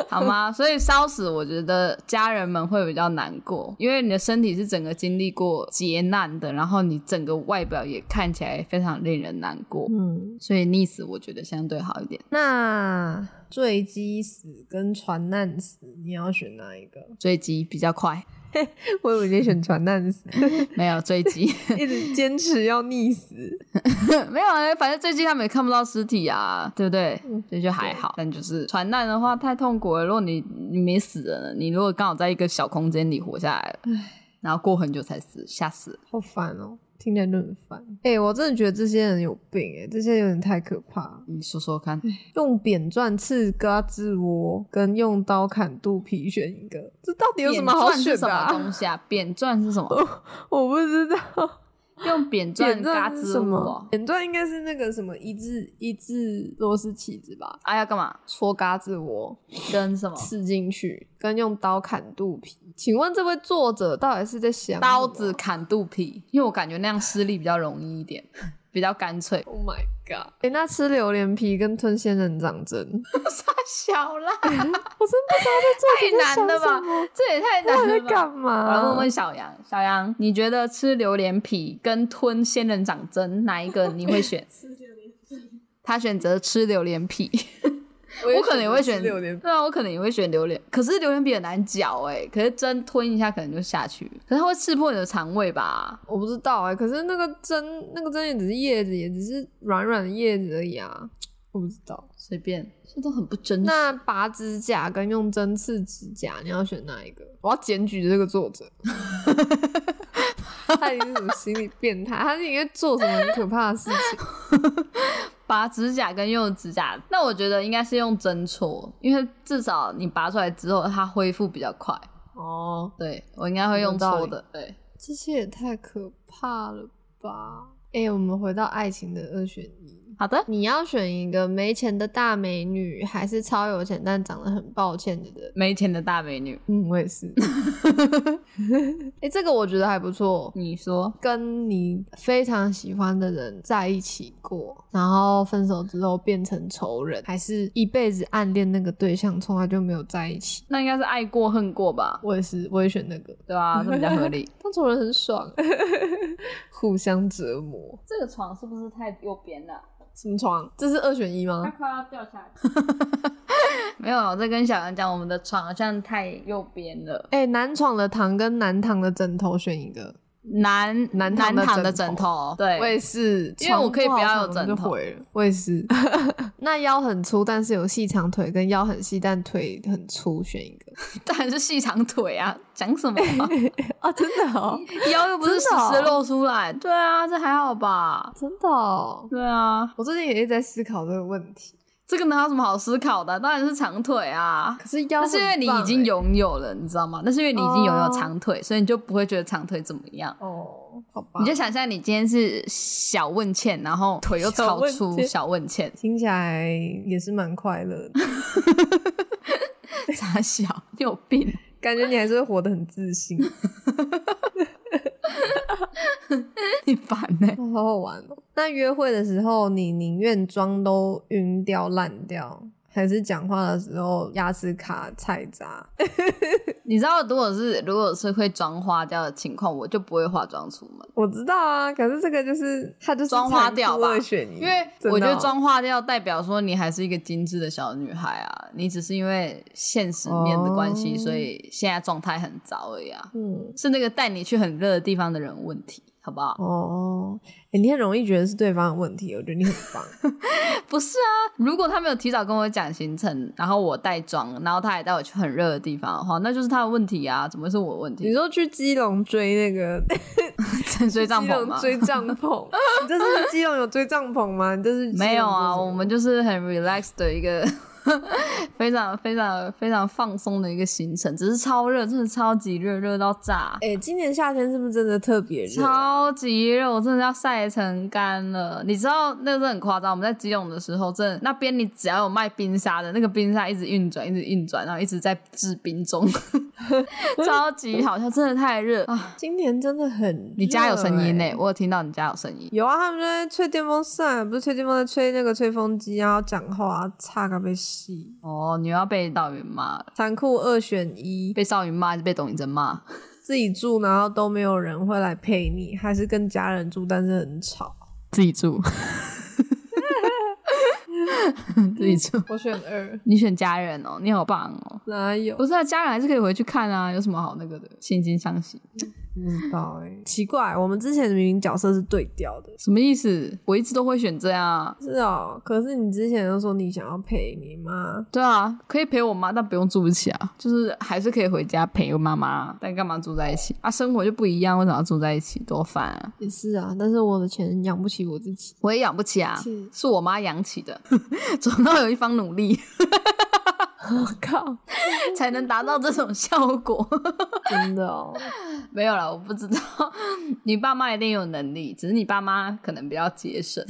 [SPEAKER 2] 好吗？所以烧死，我觉得家人们会比较难过，因为你的身体是整个经历过劫难的，然后你整个外表也看起来非常令人难过，
[SPEAKER 1] 嗯，
[SPEAKER 2] 所以溺死我觉得相对好一点。
[SPEAKER 1] 那坠机死跟船难死，你要选哪一个？
[SPEAKER 2] 追击比较快，
[SPEAKER 1] 我以为你选船难死，
[SPEAKER 2] 没有追击，
[SPEAKER 1] 一直坚持要溺死。
[SPEAKER 2] 没有啊，反正追击他们也看不到尸体啊，对不对？
[SPEAKER 1] 嗯
[SPEAKER 2] 所以就还好。但就是船难的话太痛苦了，如果你你没死人了，你如果刚好在一个小空间里活下来了，然后过很久才死，吓死了。
[SPEAKER 1] 好烦哦、听起来就很烦。哎、我真的觉得这些人有病哎、这些有点太可怕了。
[SPEAKER 2] 你说说看，
[SPEAKER 1] 用扁钻刺胳肢窝，跟用刀砍肚皮选一个，这到底有什么好
[SPEAKER 2] 扁钻
[SPEAKER 1] 选
[SPEAKER 2] 是什
[SPEAKER 1] 的、
[SPEAKER 2] 么
[SPEAKER 1] 啊？
[SPEAKER 2] 东西啊？ 扁钻是什么？
[SPEAKER 1] 我不知道。
[SPEAKER 2] 用扁钻
[SPEAKER 1] 扁
[SPEAKER 2] 嘎
[SPEAKER 1] 钻是
[SPEAKER 2] 吱
[SPEAKER 1] 什
[SPEAKER 2] 窝
[SPEAKER 1] 么
[SPEAKER 2] 哦？？
[SPEAKER 1] 扁钻应该是那个什么一字一字螺丝起子吧？
[SPEAKER 2] 啊，要干嘛？
[SPEAKER 1] 戳嘎子窝
[SPEAKER 2] 跟什么？
[SPEAKER 1] 刺进去，跟用刀砍肚皮。请问这位作者到底是在想
[SPEAKER 2] 刀
[SPEAKER 1] 什么
[SPEAKER 2] 子砍肚皮， 因为我感觉那样施力比较容易一点， 比较干脆。
[SPEAKER 1] ？Oh my god！哎、那吃榴莲皮跟吞仙人掌针，
[SPEAKER 2] 太小啦，
[SPEAKER 1] 我真不知道在做
[SPEAKER 2] 太难了吧？ 这也太
[SPEAKER 1] 到
[SPEAKER 2] 难
[SPEAKER 1] 底在
[SPEAKER 2] 了吧
[SPEAKER 1] 干？嘛？
[SPEAKER 2] 我来问问小杨，小杨，你觉得吃榴莲皮跟吞仙人掌针哪一个你会选？吃榴莲皮。他选择吃榴莲皮，
[SPEAKER 1] 我
[SPEAKER 2] 我可能也会选
[SPEAKER 1] 榴莲，
[SPEAKER 2] 对啊，我可能也会选榴莲。可是榴莲饼很难嚼哎、可是真吞一下可能就下去，可是它会刺破你的肠胃吧？
[SPEAKER 1] 我不知道哎、可是那个针，那个针也只是叶子，也只是软软的叶子而已啊，我不知道。
[SPEAKER 2] 随便，这都很不真实。
[SPEAKER 1] 那拔指甲跟用针刺指甲，你要选哪一个？我要检举这个作 者，他已经是什么心理变态？他是应该做什么很可怕的事 情？
[SPEAKER 2] 拔指甲跟用指甲，那我觉得应该是用针戳，因为至少你拔出来之后它恢复比较快。
[SPEAKER 1] 哦，
[SPEAKER 2] 对我应该会用
[SPEAKER 1] 有道理
[SPEAKER 2] 戳的，对。
[SPEAKER 1] 这些也太可怕了吧！哎、我们回到爱情的二选一，
[SPEAKER 2] 好的，
[SPEAKER 1] 你要选一个没钱的大美女，还是超有钱但长得很抱歉的人？
[SPEAKER 2] 没钱的大美女，
[SPEAKER 1] 嗯，我也 是。哎、这个我觉得还不错。
[SPEAKER 2] 你说
[SPEAKER 1] 跟你非常喜欢的人在一起过，然后分手之后变成仇人，还是一辈子暗恋那个对象，从来就没有在一起？
[SPEAKER 2] 那应该是爱过恨过吧？
[SPEAKER 1] 我也是，我也选那个。
[SPEAKER 2] 对啊，这比较合理。
[SPEAKER 1] 当仇人很爽， 互相折磨。
[SPEAKER 2] 这个床是不是太右边了？
[SPEAKER 1] 什么床？这是二选一吗？
[SPEAKER 2] 快要掉下来。哦 没有，我在跟小杨讲，我们的床好像太右边了。
[SPEAKER 1] 哎、男床的糖跟男糖的枕头选一个。
[SPEAKER 2] 男
[SPEAKER 1] 男躺
[SPEAKER 2] 男
[SPEAKER 1] 的
[SPEAKER 2] 躺的
[SPEAKER 1] 枕
[SPEAKER 2] 枕头，对，
[SPEAKER 1] 我也是，
[SPEAKER 2] 因为我可以
[SPEAKER 1] 床
[SPEAKER 2] 不
[SPEAKER 1] 好
[SPEAKER 2] 要有
[SPEAKER 1] 躺我就
[SPEAKER 2] 枕头
[SPEAKER 1] 毁了。我也是。那腰很粗但是有细长腿，跟腰很细但腿很粗，选一个。
[SPEAKER 2] 当然是细长腿啊，讲什么 啊、
[SPEAKER 1] 啊，真的哦，
[SPEAKER 2] 腰又不是实
[SPEAKER 1] 真的哦
[SPEAKER 2] 时露出来。对啊，这还好吧？
[SPEAKER 1] 真的哦。
[SPEAKER 2] 对啊，
[SPEAKER 1] 我最近也一直在思考这个问题，
[SPEAKER 2] 这个哪有什么好思考的？当然是长腿啊。
[SPEAKER 1] 可是腰、欸
[SPEAKER 2] 那是因为你已经。拥有了，你知道吗？那是因为你已经拥有
[SPEAKER 1] 哦
[SPEAKER 2] 长腿，所以你就不会觉得长腿怎么样。
[SPEAKER 1] 哦，好吧，
[SPEAKER 2] 你就想象你今天是小问倩，然后腿又超
[SPEAKER 1] 小问
[SPEAKER 2] 粗，
[SPEAKER 1] 倩
[SPEAKER 2] 小问倩
[SPEAKER 1] 听起来也是蛮快乐的，
[SPEAKER 2] 傻小，你有病。
[SPEAKER 1] 感觉你还是会活得很自信，
[SPEAKER 2] 你烦欸呢、
[SPEAKER 1] 好好玩哦。那约会的时候，你宁愿妆都晕掉烂掉，还是讲话的时候牙齿卡菜渣？
[SPEAKER 2] 你知道，如果是如果是会妆花掉的情况，我就不会化妆出门，
[SPEAKER 1] 我知道啊，可是这个就是它就是
[SPEAKER 2] 妆花掉吧
[SPEAKER 1] 残酷二选一，
[SPEAKER 2] 因为
[SPEAKER 1] 真的哦
[SPEAKER 2] 我觉得妆花掉代表说你还是一个精致的小女孩啊，你只是因为现实面的关系，
[SPEAKER 1] 哦
[SPEAKER 2] 所以现在状态很糟而已啊。
[SPEAKER 1] 嗯。
[SPEAKER 2] 是那个带你去很热的地方的人有问题，好不好？
[SPEAKER 1] 哦、诶你很容易觉得是对方的问题，我觉得你很 棒。
[SPEAKER 2] 不是啊，如果他没有提早跟我讲行程，然后我带妆，然后他还带我去很热的地方的话，那就是他的问题啊，怎么会是我的问
[SPEAKER 1] 你
[SPEAKER 2] 题？
[SPEAKER 1] 说去基隆追那个
[SPEAKER 2] 沉 睡帐
[SPEAKER 1] 基
[SPEAKER 2] 篷
[SPEAKER 1] 隆
[SPEAKER 2] 吗？
[SPEAKER 1] 追帐篷，你这次去基隆有追帐篷吗？你这是
[SPEAKER 2] 没有啊，我们就是很 relax 的一个 非常非常非常放松的一个行程，只是超热，真的超级热，热到炸，
[SPEAKER 1] 哎、诶今年夏天是不是真的特别热啊？
[SPEAKER 2] 超级热，我真的要晒成干了。你知道那个真的很夸张，我们在基隆的时候，真的那边你只要有卖冰沙的，那个冰沙一直运转，一直运转，然后一直在制冰中， 超级好笑，真的太热啊！
[SPEAKER 1] 今年真的很、
[SPEAKER 2] 你家有声音呢、
[SPEAKER 1] 欸？
[SPEAKER 2] 我有听到你家有声音。
[SPEAKER 1] 有啊，他们在吹电风扇，啊不是吹电风扇，吹那个吹风机，然后讲话，差个被吸。
[SPEAKER 2] 哦，你又要被道云骂了，
[SPEAKER 1] 残酷二选一，
[SPEAKER 2] 被少云骂还是被董宇臻骂？
[SPEAKER 1] 自己住然后都没有人会来陪你，还是跟家人住但是很吵。
[SPEAKER 2] 自己住，自己住。
[SPEAKER 1] 我选二，
[SPEAKER 2] 你选家人哦，你好棒哦！
[SPEAKER 1] 哪有？
[SPEAKER 2] 不是啊，家人还是可以回去看啊，有什么好那个的？惺惺相惜，
[SPEAKER 1] 不知道哎、奇怪，我们之前明明角色是对调的。
[SPEAKER 2] 什么意思？我一直都会选这样啊。
[SPEAKER 1] 是哦，可是你之前又说你想要陪你妈，
[SPEAKER 2] 对啊，可以陪我妈，但不用住一起啊，就是还是可以回家陪我妈妈，但干嘛住在一起啊？生活就不一样，为什么要住在一起？多烦啊！
[SPEAKER 1] 也是啊，但是我的钱养不起我自己。
[SPEAKER 2] 我也养不起啊，
[SPEAKER 1] 是
[SPEAKER 2] 是我妈养起的， 总要有一方努力
[SPEAKER 1] 我靠，
[SPEAKER 2] 才能达到这种效果。
[SPEAKER 1] 真的哦，
[SPEAKER 2] 没有啦，我不知道。 你爸妈一定有能力，只是你爸妈可能比较节省。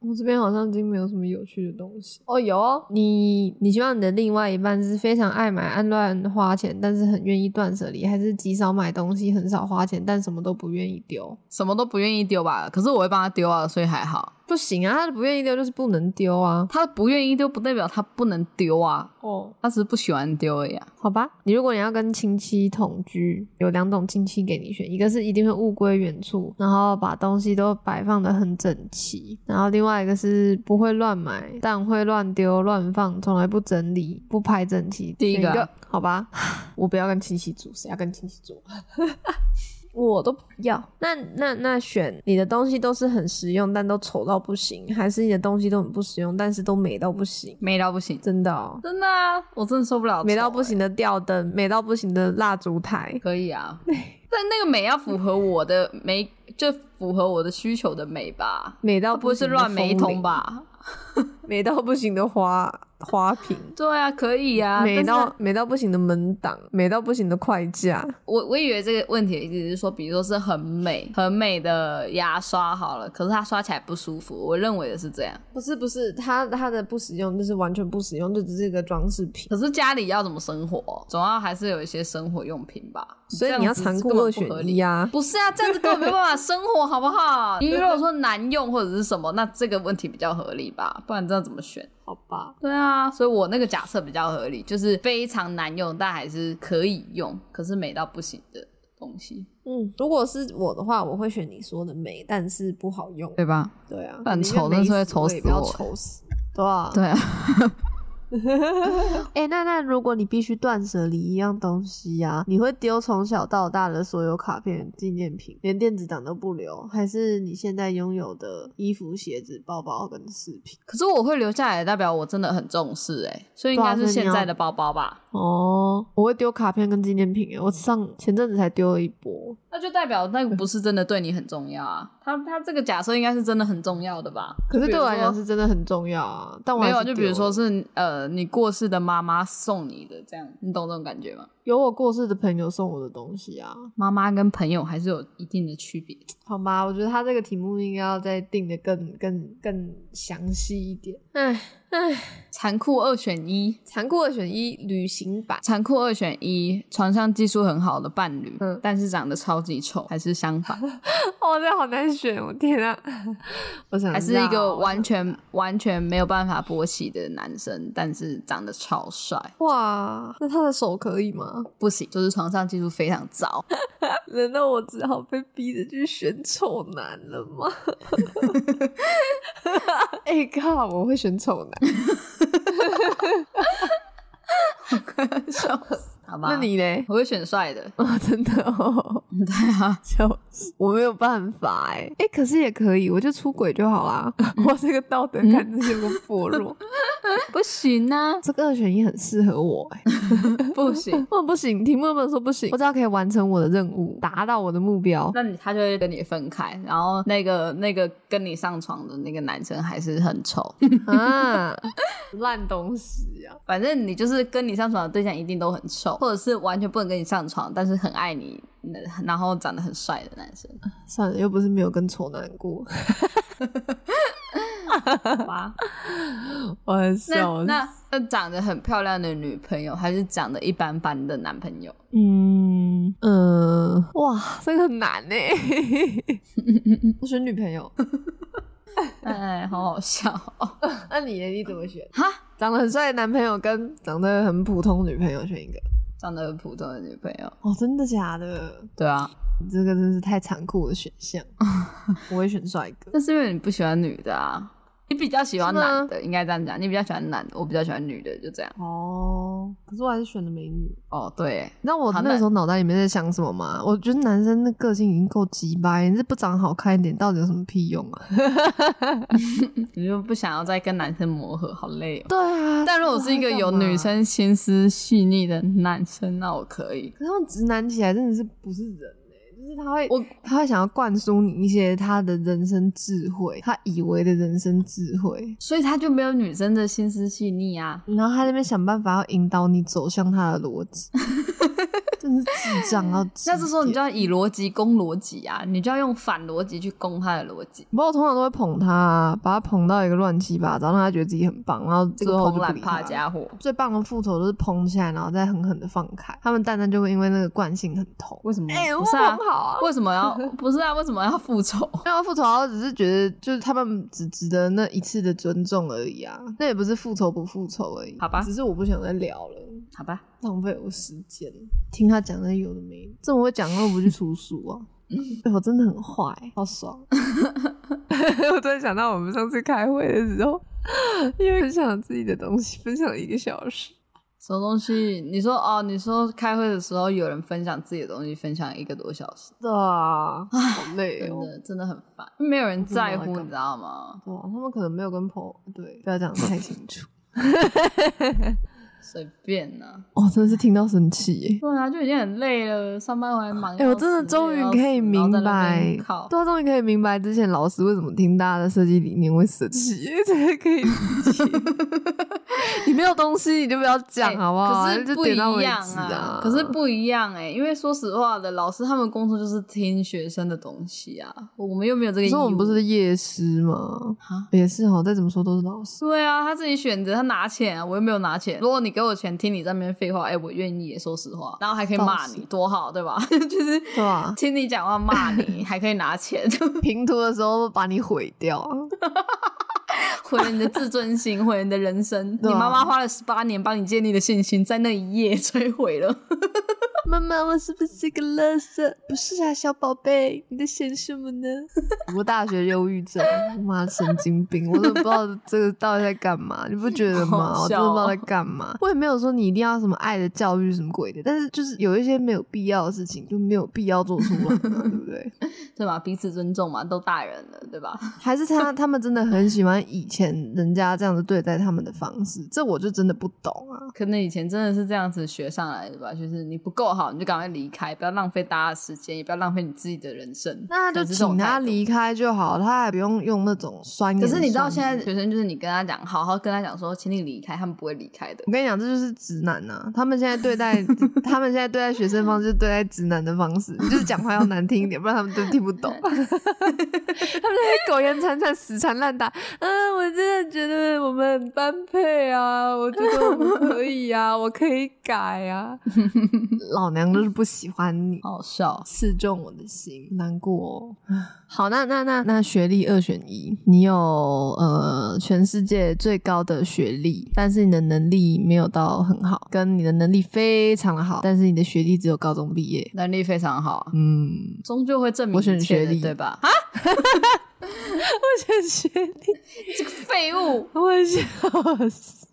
[SPEAKER 1] 我这边好像已经没有什么有趣的东西哦。有哦，你你希望你的另外一半是非常爱买、爱乱花钱，但是很愿意断舍离，还是极少买东西、很少花钱，但什么都不愿意丢？
[SPEAKER 2] 什么都不愿意丢吧，可是我会帮他丢啊，所以还好。
[SPEAKER 1] 不行啊，他不愿意丢就是不能丢啊。
[SPEAKER 2] 他不愿意丢不代表他不能丢啊，
[SPEAKER 1] 哦，
[SPEAKER 2] 他只是不喜欢丢而已啊。
[SPEAKER 1] 好吧，你如果你要跟亲戚同居，有两种亲戚给你选，一个是一定会物归原处，然后把东西都摆放的很整齐，然后另外一个是不会乱买，但会乱丢乱放，从来不整理，不排整齐。
[SPEAKER 2] 第一个
[SPEAKER 1] 选好吧，我不要跟亲戚住，谁要跟亲戚住？我都不要。那那那选你的东西都是很实用，但都丑到不行，还是你的东西都很不实用，但是都美到不行？
[SPEAKER 2] 美到不行，
[SPEAKER 1] 真的哦，
[SPEAKER 2] 真的啊，我真的受不了，
[SPEAKER 1] 美到不。行的吊灯，美到不行的蜡烛台，
[SPEAKER 2] 可以啊，但那个美要符合我的美，就符合我的需求的美吧，
[SPEAKER 1] 美到
[SPEAKER 2] 它不会是
[SPEAKER 1] 行的
[SPEAKER 2] 乱美一
[SPEAKER 1] 风
[SPEAKER 2] 通
[SPEAKER 1] 铃？
[SPEAKER 2] 吧？
[SPEAKER 1] 美到不行的花花 瓶，
[SPEAKER 2] 对啊，可以啊，
[SPEAKER 1] 美
[SPEAKER 2] 但是
[SPEAKER 1] 到美到不行的门挡，美到不行的筷架，
[SPEAKER 2] 我我以为这个问题的意思是说，比如说是很美很美的牙刷好了，可是它刷起来不舒服，我认为的是这样。
[SPEAKER 1] 不是不是，它它的不实用就是完全不实用，就只是一个装饰品。
[SPEAKER 2] 可是家里要怎么生活，总要还是有一些生活用品吧。
[SPEAKER 1] 所以
[SPEAKER 2] 这
[SPEAKER 1] 你要
[SPEAKER 2] 样子
[SPEAKER 1] 残酷
[SPEAKER 2] 根
[SPEAKER 1] 二
[SPEAKER 2] 本不
[SPEAKER 1] 选
[SPEAKER 2] 合理
[SPEAKER 1] 一啊！
[SPEAKER 2] 不是啊，这样子根本没办法生活，好 不好？你如果说难用或者是什么，那这个问题比较合理吧，不然这样怎么选？
[SPEAKER 1] 好吧，
[SPEAKER 2] 对啊，所以我那个假设比较合理，就是非常难用，但还是可以用，可是美到不行的东西，
[SPEAKER 1] 嗯，如果是我的话，我会选你说的美，但是不好用。
[SPEAKER 2] 对吧？
[SPEAKER 1] 对啊，
[SPEAKER 2] 但
[SPEAKER 1] 宁愿
[SPEAKER 2] 丑
[SPEAKER 1] 美
[SPEAKER 2] 真是会
[SPEAKER 1] 死
[SPEAKER 2] 丑
[SPEAKER 1] 我
[SPEAKER 2] 死
[SPEAKER 1] 也不要
[SPEAKER 2] 我
[SPEAKER 1] 丑死，对啊，
[SPEAKER 2] 对啊，
[SPEAKER 4] 哎、那那如果你必须断舍离一样东西呀、你会丢从小到大的所有卡片、纪念品，连电子档都不留，还是你现在拥有的衣服、鞋子、包包跟饰品？
[SPEAKER 2] 可是我会留下来，代表我真的很重视哎、所以应该
[SPEAKER 4] 对啊所以
[SPEAKER 2] 是
[SPEAKER 4] 你
[SPEAKER 2] 现在
[SPEAKER 4] 要
[SPEAKER 2] 的包包吧？
[SPEAKER 4] 哦，我会丢卡片跟纪念品欸耶，我上前阵子才丢了一波。
[SPEAKER 2] 那就代表那个不是真的对你很重要啊。他他这个假设应该是真的很重要的吧？
[SPEAKER 4] 可
[SPEAKER 2] 就
[SPEAKER 4] 是
[SPEAKER 2] 比
[SPEAKER 4] 对
[SPEAKER 2] 如
[SPEAKER 4] 我来讲
[SPEAKER 2] 说
[SPEAKER 4] 是真的很重要啊，但我
[SPEAKER 2] 没
[SPEAKER 4] 还
[SPEAKER 2] 有啊，
[SPEAKER 4] 是
[SPEAKER 2] 就比如
[SPEAKER 4] 丢
[SPEAKER 2] 说
[SPEAKER 4] 了
[SPEAKER 2] 是呃，你过世的妈妈送你的这样，你懂这种感觉吗？
[SPEAKER 4] 有我过世的朋友送我的东西啊，
[SPEAKER 2] 妈妈跟朋友还是有一定的区别。
[SPEAKER 4] 好吗？我觉得他这个题目应该要再定的更更更详细一点。
[SPEAKER 1] 唉唉，
[SPEAKER 2] 残酷二选一，
[SPEAKER 1] 残酷二选一，旅行版。
[SPEAKER 2] 残酷二选一，床上技术很好的伴侣，
[SPEAKER 1] 嗯
[SPEAKER 2] 但是长得超级丑，还是相反，
[SPEAKER 1] 哦，这好难选，我天啊！ 我想
[SPEAKER 2] 还是
[SPEAKER 1] 下
[SPEAKER 2] 一个
[SPEAKER 1] 哦
[SPEAKER 2] 完全完全没有办法勃起的男生，但是长得超帅，
[SPEAKER 1] 哇，那他的手可以吗？
[SPEAKER 2] 不行，就是床上技术非常糟。
[SPEAKER 1] 难道我只好被逼着去选丑男了吗？ 哎、靠，我会选丑男，
[SPEAKER 2] 笑死，好吧？
[SPEAKER 1] 那你嘞？，
[SPEAKER 2] 我会选帅的
[SPEAKER 1] 哦，真的哦，
[SPEAKER 2] 对啊，
[SPEAKER 1] 笑死，我没有办法哎、哎、可是也可以，我就出轨就好啦。
[SPEAKER 2] 嗯
[SPEAKER 1] 我这个道德感真是有个薄弱，
[SPEAKER 2] 不行啊，
[SPEAKER 1] 这个二选一很适合我哎、
[SPEAKER 2] 不行。
[SPEAKER 1] 哦，不行，题目有没有说不行？我只要可以完成我的任务，达到我的目标，
[SPEAKER 2] 那你他就会跟你分开，然后那个那个跟你上床的那个男生还是很丑，
[SPEAKER 1] 啊， 烂东西啊！
[SPEAKER 2] 反正你就是跟你上床的对象一定都很丑，或者是完全不能跟你上床，但是很爱你，那然后长得很帅的男生。
[SPEAKER 1] 算了，又不是没有跟丑男过，
[SPEAKER 2] 哇，
[SPEAKER 1] 我很
[SPEAKER 2] 那
[SPEAKER 1] 笑
[SPEAKER 2] 那那长得很漂亮的女朋友，还是长得一般般的男朋友？
[SPEAKER 1] 嗯嗯，哇，这个很难 呢。我选女朋友，
[SPEAKER 2] 哎，好好笑哦！
[SPEAKER 1] 那你呢？你怎么选？
[SPEAKER 2] 哈，
[SPEAKER 1] 长得很帅的男朋友跟长得很普通的女朋友选一个？
[SPEAKER 2] 长得很普通的女朋友，
[SPEAKER 1] 哦，真的假的？
[SPEAKER 2] 对啊，
[SPEAKER 1] 你这个真是太残酷的选 项，我会选帅哥。
[SPEAKER 2] 那是因为你不喜欢女的啊，你比较喜欢
[SPEAKER 1] 是吗
[SPEAKER 2] 男的，应该这样讲，你比较喜欢男的，我比较喜欢女的，就这样。
[SPEAKER 1] 哦，可是我还是选的美女。
[SPEAKER 2] 哦，对，
[SPEAKER 1] 你知道我
[SPEAKER 2] 好
[SPEAKER 1] 那
[SPEAKER 2] 那
[SPEAKER 1] 时候脑袋里面在想什么吗？我觉得男生的个性已经够鸡巴，你这不长好看一点，到底有什么屁用啊？
[SPEAKER 2] 你就不想要再跟男生磨合，好累哦。
[SPEAKER 1] 对啊
[SPEAKER 2] 但如果是一个有女，生心思细腻的男生，那我可以。
[SPEAKER 1] 可是他们直男起来真的是不是人欸就是他会，
[SPEAKER 2] 我
[SPEAKER 1] 他会想要灌输你一些他的人生智慧，他以为的人生智慧，
[SPEAKER 2] 所以他就没有女生的心思细腻啊。
[SPEAKER 1] 然后他在那边想办法要引导你走向他的逻辑，
[SPEAKER 4] 真是智障到 极
[SPEAKER 2] 那这时候你
[SPEAKER 4] 点
[SPEAKER 2] 就要以逻辑攻逻辑啊，你就要用反逻辑去攻他的逻辑，
[SPEAKER 1] 不过我通常都会捧他啊，把他捧到一个乱七八糟，让他觉得自己很棒，然后
[SPEAKER 2] 这
[SPEAKER 1] 之
[SPEAKER 2] 个
[SPEAKER 1] 后
[SPEAKER 2] 蓬
[SPEAKER 1] 就不
[SPEAKER 2] 懒
[SPEAKER 1] 理
[SPEAKER 2] 怕
[SPEAKER 1] 他。
[SPEAKER 2] 家伙。
[SPEAKER 1] 最棒的复仇都是捧起来，然后再狠狠的放开。他们蛋蛋就会因为那个惯性很痛。
[SPEAKER 2] 为什么？
[SPEAKER 1] 哎、我
[SPEAKER 2] 不
[SPEAKER 1] 捧
[SPEAKER 2] 是啊，
[SPEAKER 1] 好啊！
[SPEAKER 2] 为什么要？不是啊，为什么要复仇？
[SPEAKER 1] 没有复仇，我只是觉得就是他们只值得那一次的尊重而已啊，那也不是复仇不复仇而已。
[SPEAKER 2] 好吧
[SPEAKER 1] 只是我不想再聊了，
[SPEAKER 2] 好吧，
[SPEAKER 1] 浪费我时间。听他讲那有的没的，这么会讲，那我不去出书 啊？哎、我真的很坏，好爽！ 我突然想到我们上次开会的时候，因为分享自己的东西，分享了一个小时。
[SPEAKER 2] 什么东西？你说哦，你说开会的时候有人分享自己的东西，分享一个多小时，
[SPEAKER 1] 的啊，好累
[SPEAKER 2] 真
[SPEAKER 1] 哦。
[SPEAKER 2] 的真的很烦，没有人在乎，
[SPEAKER 1] 不知道在干嘛
[SPEAKER 2] 你知道吗？
[SPEAKER 1] 哇，哦他们可能没有跟朋友对，不要讲得太清楚。
[SPEAKER 2] 随便呐、啊，
[SPEAKER 1] 哦，真的是听到生气 耶！
[SPEAKER 2] 对啊，就已经很累了，上班回来忙。
[SPEAKER 1] 哎、我真的终于可以明白，
[SPEAKER 2] 靠，
[SPEAKER 1] 对啊，终于可以明白之前老师为什么听大家的设计理念会生气 耶，这个可以理解。 你没有东西，你就不要讲
[SPEAKER 2] 哎
[SPEAKER 1] 好不好？
[SPEAKER 2] 可是
[SPEAKER 1] 就
[SPEAKER 2] 不
[SPEAKER 1] 点
[SPEAKER 2] 一
[SPEAKER 1] 到为止
[SPEAKER 2] 样
[SPEAKER 1] 啊！
[SPEAKER 2] 可是不一样哎、因为说实话的，老师他们工作就是听学生的东西啊，我们又没有这个
[SPEAKER 1] 可
[SPEAKER 2] 义
[SPEAKER 1] 是
[SPEAKER 2] 务。
[SPEAKER 1] 我们不是夜师吗？
[SPEAKER 2] 啊？
[SPEAKER 1] 也是哦，再怎么说都是老师。
[SPEAKER 2] 对啊，他自己选择，他拿钱啊，我又没有拿钱。如果你给我钱听你在那边废话，哎、我愿意耶，说实话，然后还可以骂
[SPEAKER 1] 倒
[SPEAKER 2] 你
[SPEAKER 1] 是，
[SPEAKER 2] 多好，对吧？ 就是
[SPEAKER 1] 对啊
[SPEAKER 2] 听你讲话骂你，还可以拿钱，
[SPEAKER 1] 平图的时候把你毁掉啊，
[SPEAKER 2] 毁了你的自尊心，毁了你的人生。
[SPEAKER 1] 对
[SPEAKER 2] 你
[SPEAKER 1] 啊
[SPEAKER 2] 妈妈花了十八年帮你建立的信心，在那一夜摧毁了。
[SPEAKER 1] 妈妈，我是不是个垃圾？不是啊，小宝贝，你在想什么呢？ 我大学忧郁症，我妈神经病，我都不知道这个到底在干嘛，你不觉得吗？
[SPEAKER 2] 好
[SPEAKER 1] 我真
[SPEAKER 2] 笑
[SPEAKER 1] 的
[SPEAKER 2] 哦
[SPEAKER 1] 不知道在干嘛。我也没有说你一定要什么爱的教育什么鬼的，但是就是有一些没有必要的事情就没有必要做出来嘛，对不对？
[SPEAKER 2] 对吧？彼此尊重嘛，都大人了，对吧？
[SPEAKER 1] 还是他他们真的很喜欢以前人家这样子对待他们的方式，这我就真的不懂啊。
[SPEAKER 2] 可能以前真的是这样子学上来的吧，就是你不够好，你就赶快离开，不要浪费大家的时间，也不要浪费你自己的人生。
[SPEAKER 1] 那就
[SPEAKER 2] 可能是这种
[SPEAKER 1] 请他
[SPEAKER 2] 态度
[SPEAKER 1] 离开就好，他还不用用那种酸
[SPEAKER 2] 可
[SPEAKER 1] 言
[SPEAKER 2] 是你知道，
[SPEAKER 1] 酸
[SPEAKER 2] 现在
[SPEAKER 1] 语
[SPEAKER 2] 学生就是你跟他讲，好好跟他讲说，请你离开，他们不会离开的。
[SPEAKER 1] 我跟你讲，这就是直男呐、他们现在对待他们现在对待学生方式，就是对待直男的方式，你就是讲话要难听一点，不然他们都听不懂。他们在苟延残喘、死缠烂打。嗯，我真的觉得我们很般配啊，我觉得我们可以啊，我可以改啊。老娘就是不喜欢你。
[SPEAKER 2] 好笑，哦
[SPEAKER 1] 刺中我的心， 难过、哦。 好，那那那那学历二选一，你有呃全世界最高的学历，但是你的能力没有到很好，跟你的能力非常的好，但是你的学历只有高中毕业。
[SPEAKER 2] 能力非常好，
[SPEAKER 1] 嗯，
[SPEAKER 2] 终究会证明
[SPEAKER 1] 我选
[SPEAKER 2] 一切的
[SPEAKER 1] 学历
[SPEAKER 2] 对吧？啊，
[SPEAKER 1] 我选学历，
[SPEAKER 2] 这个废物，
[SPEAKER 1] 我笑死。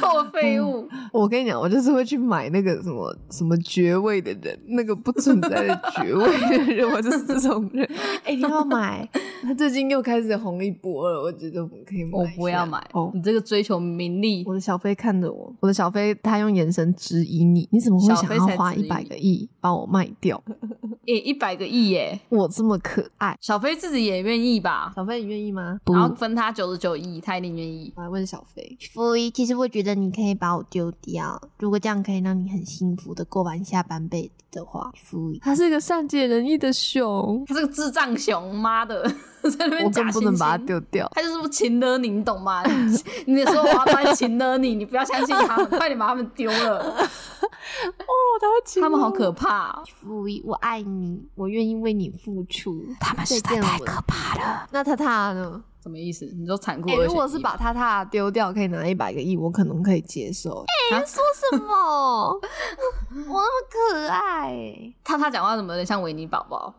[SPEAKER 2] 臭废物！
[SPEAKER 1] 我跟你讲，我就是会去买那个什么什么爵位的人，那个不存在的爵位的人，我就是这种 人。哎、你要不要买？ 他最近又开始红一波了，我觉得我们可以买一下。
[SPEAKER 2] 我不要买，
[SPEAKER 1] 哦
[SPEAKER 2] 你这个追求名利
[SPEAKER 1] 我，的小飞看着我，我的小飞他用眼神质疑你，你怎么会
[SPEAKER 2] 小
[SPEAKER 1] 想
[SPEAKER 2] 飞
[SPEAKER 1] 要
[SPEAKER 2] 才
[SPEAKER 1] 花
[SPEAKER 2] 质
[SPEAKER 1] 一
[SPEAKER 2] 疑
[SPEAKER 1] 百
[SPEAKER 2] 你
[SPEAKER 1] 个亿把我卖掉？
[SPEAKER 2] 诶，一百个亿耶！
[SPEAKER 1] 我这么可爱，
[SPEAKER 2] 小飞自己也愿意吧？
[SPEAKER 1] 小飞你愿意吗？不
[SPEAKER 2] 然后分他九十九亿，他一定愿意。
[SPEAKER 1] 我来问小飞，
[SPEAKER 3] 福一，其实我觉得你可以把我丢掉，如果这样可以让你很幸福的过完下半辈子的话，福一，
[SPEAKER 1] 他是个善解人意的熊，
[SPEAKER 2] 他是个智障熊，妈的， 在那
[SPEAKER 1] 我
[SPEAKER 2] 边假
[SPEAKER 1] 更
[SPEAKER 2] 惺
[SPEAKER 1] 不
[SPEAKER 2] 惺。
[SPEAKER 1] 能把它丢掉。
[SPEAKER 2] 他就是不擒了你，你懂吗？ 你你说我要他擒了你，你不要相信他们， 快点把他们 丢了，
[SPEAKER 1] 哦，他会亲
[SPEAKER 2] 他们好
[SPEAKER 1] 我
[SPEAKER 2] 可怕哦、
[SPEAKER 3] 福一，我爱你，我愿意为你付出。
[SPEAKER 1] 他们
[SPEAKER 3] 实在太可
[SPEAKER 1] 怕了。那他他呢？
[SPEAKER 2] 什么意思？你说残酷、
[SPEAKER 1] 哎、
[SPEAKER 2] 欸？
[SPEAKER 1] 如果是把他他丢掉，可以拿一百个亿，我可能可以接受。
[SPEAKER 3] 哎说什么？ 我那么可爱、
[SPEAKER 2] 他他讲话怎么有点像维尼宝宝？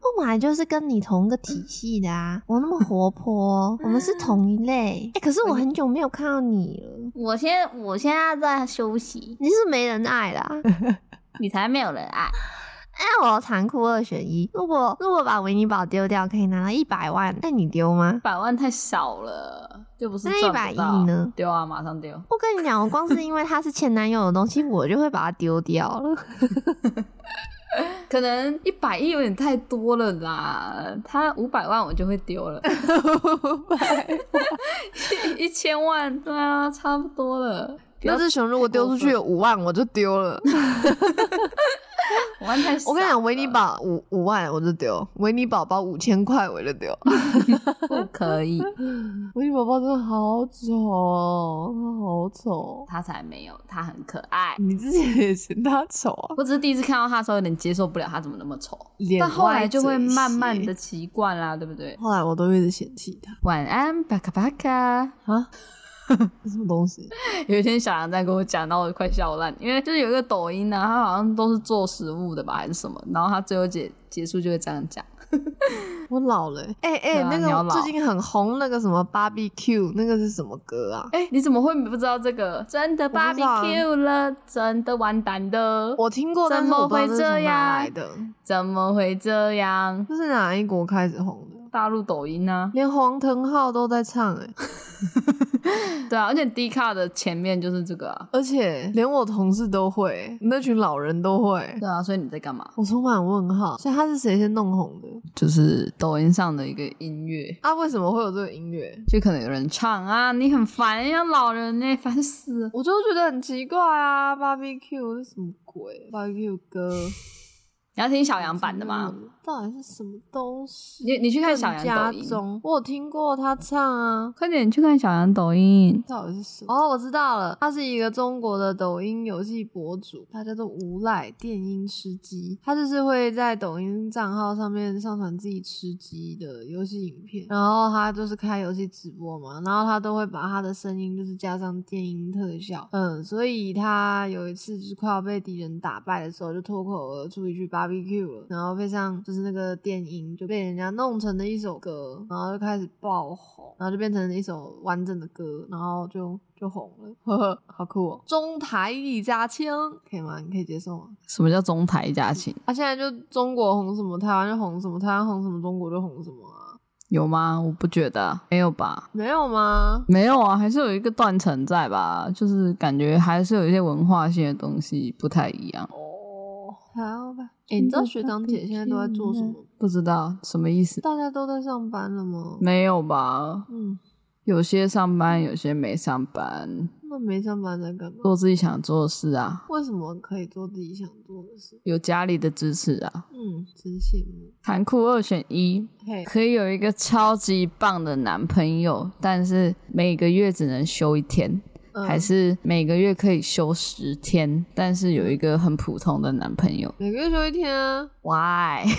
[SPEAKER 3] 我本来就是跟你同一个体系的啊，我那么活 泼，我们是同一
[SPEAKER 1] 嗯
[SPEAKER 3] 类。哎、可是我很久没有看到你了，
[SPEAKER 5] 我先，我现在在休息，
[SPEAKER 3] 你是不是没人爱啦、啊。
[SPEAKER 1] 嗯
[SPEAKER 5] 你才没有人爱。
[SPEAKER 3] 那我残酷二选一，如果如果把维尼堡丢掉，可以拿到一百万，那你丢吗？
[SPEAKER 2] 百万太少了，就不是
[SPEAKER 3] 那
[SPEAKER 2] 赚
[SPEAKER 3] 100
[SPEAKER 2] 不到
[SPEAKER 3] 亿呢？
[SPEAKER 2] 丢啊，马上丢！
[SPEAKER 3] 我跟你讲，我光是因为他是前男友的东西，我就会把它丢掉了。
[SPEAKER 2] 可能一百亿有点太多了啦，他五百万我就会丢了，
[SPEAKER 1] 五百，
[SPEAKER 2] 一千万对啊，差不多了。不要
[SPEAKER 1] 那只熊如果丢出去有五万，我就丢 了。
[SPEAKER 2] 五万太少
[SPEAKER 1] 我跟你
[SPEAKER 2] 了
[SPEAKER 1] 讲，维尼宝五五万我就丢，维尼宝宝五千块我就 丢。
[SPEAKER 2] 不可以，
[SPEAKER 1] 维尼宝宝真的好丑哦，他好丑。哦
[SPEAKER 2] 他才没有，他很可爱。
[SPEAKER 1] 你之前也嫌他丑啊？
[SPEAKER 2] 我只是第一次看到他的时候有点接受不了，他怎么那么丑？
[SPEAKER 1] 脸
[SPEAKER 2] 但后来
[SPEAKER 1] 歪
[SPEAKER 2] 就会
[SPEAKER 1] 嘴斜
[SPEAKER 2] 慢慢的，习惯啦，对 不对？
[SPEAKER 1] 后来我都一直嫌弃他
[SPEAKER 2] 晚安，巴卡巴卡。
[SPEAKER 1] 啊。这什么东西？
[SPEAKER 2] 有一天小杨在跟我讲，然后我快笑烂，因为就是有一个抖音啊，他好像都是做食物的吧，还是什么，然后他最后结结束就会这样讲，
[SPEAKER 1] 我老了欸、哎、哎、
[SPEAKER 2] 对啊
[SPEAKER 1] 那
[SPEAKER 2] 你要
[SPEAKER 1] 个
[SPEAKER 2] 老
[SPEAKER 1] 最近很红那个什么 BBQ，那个是什么歌啊？
[SPEAKER 2] 哎、你怎么会不知道这个？真的
[SPEAKER 1] 不知道啊
[SPEAKER 2] barbecue 了，真的完蛋的，
[SPEAKER 1] 我听过，但
[SPEAKER 2] 怎
[SPEAKER 1] 是我
[SPEAKER 2] 么
[SPEAKER 1] 不知道这
[SPEAKER 2] 会
[SPEAKER 1] 是
[SPEAKER 2] 这
[SPEAKER 1] 从哪
[SPEAKER 2] 样
[SPEAKER 1] 来？的，
[SPEAKER 2] 怎么会这样？
[SPEAKER 1] 这是哪一国开始红的？
[SPEAKER 2] 大陆抖音啊呢、
[SPEAKER 1] 连黄腾浩都在唱哎、
[SPEAKER 2] 对啊，而且 D 卡的前面就是这个啊。
[SPEAKER 1] 而且连我同事都会欸、那群老人都会欸、
[SPEAKER 2] 对啊，所以你在干嘛？
[SPEAKER 1] 我充满问号，所以他是谁先弄红的？
[SPEAKER 2] 就是抖音上的一个音乐，
[SPEAKER 1] 啊，为什么会有这个音乐？
[SPEAKER 2] 就可能有人唱啊，你很烦，像老人呢、烦死了。
[SPEAKER 1] 我就觉得很奇怪啊，BBQ 是什么鬼？BBQ 歌
[SPEAKER 2] 你要听小杨版的吗？？
[SPEAKER 1] 到底是什么东西？
[SPEAKER 2] 你你去看小
[SPEAKER 1] 更
[SPEAKER 2] 杨
[SPEAKER 1] 加
[SPEAKER 2] 抖音，
[SPEAKER 1] 中，我有听过他唱啊。
[SPEAKER 2] 快点你去看小杨抖音。
[SPEAKER 1] 到底是什么？哦，我知道了，他是一个中国的抖音游戏博主，他叫做无赖电音吃鸡，他就是会在抖音账号上面上传自己吃鸡的游戏影片，然后他就是开游戏直播嘛，然后他都会把他的声音就是加上电音特效，嗯，所以他有一次就是快要被敌人打败的时候，就脱口而出一句 barbecue 了，然后配上就是那个电音，就被人家弄成了一首歌，然后就开始爆红，然后就变成了一首完整的歌，然后就就红了， 呵呵，好酷哦！中台一家亲，可以吗？你可以接受吗？
[SPEAKER 2] 什么叫中台一家亲？
[SPEAKER 1] 啊他、现在就中国红什么，台湾就红什么，台湾红什么，中国就红什么啊？
[SPEAKER 2] 有吗？我不觉得，没有吧？
[SPEAKER 1] 没有吗？
[SPEAKER 2] 没有啊，还是有一个断层在吧？就是感觉还是有一些文化性的东西不太一样。
[SPEAKER 1] 哦，好吧。哎、你知道学长姐现在都在做什么吗？
[SPEAKER 2] 不知道什么意思？
[SPEAKER 1] 大家都在上班了吗？
[SPEAKER 2] 没有吧？
[SPEAKER 1] 嗯，
[SPEAKER 2] 有些上班，有些没上班，
[SPEAKER 1] 那没上班在干嘛？
[SPEAKER 2] 做自己想做的事啊。
[SPEAKER 1] 为什么可以做自己想做的事？
[SPEAKER 2] 有家里的支持啊，
[SPEAKER 1] 嗯，真羡慕。
[SPEAKER 2] 残酷二选一，
[SPEAKER 1] 嘿，
[SPEAKER 2] 可以有一个超级棒的男朋友，但是每个月只能休一天，
[SPEAKER 1] 嗯
[SPEAKER 2] 还是每个月可以休十天，但是有一个很普通的男朋友
[SPEAKER 1] 嗯每个月休一天啊。哦
[SPEAKER 2] ？Why？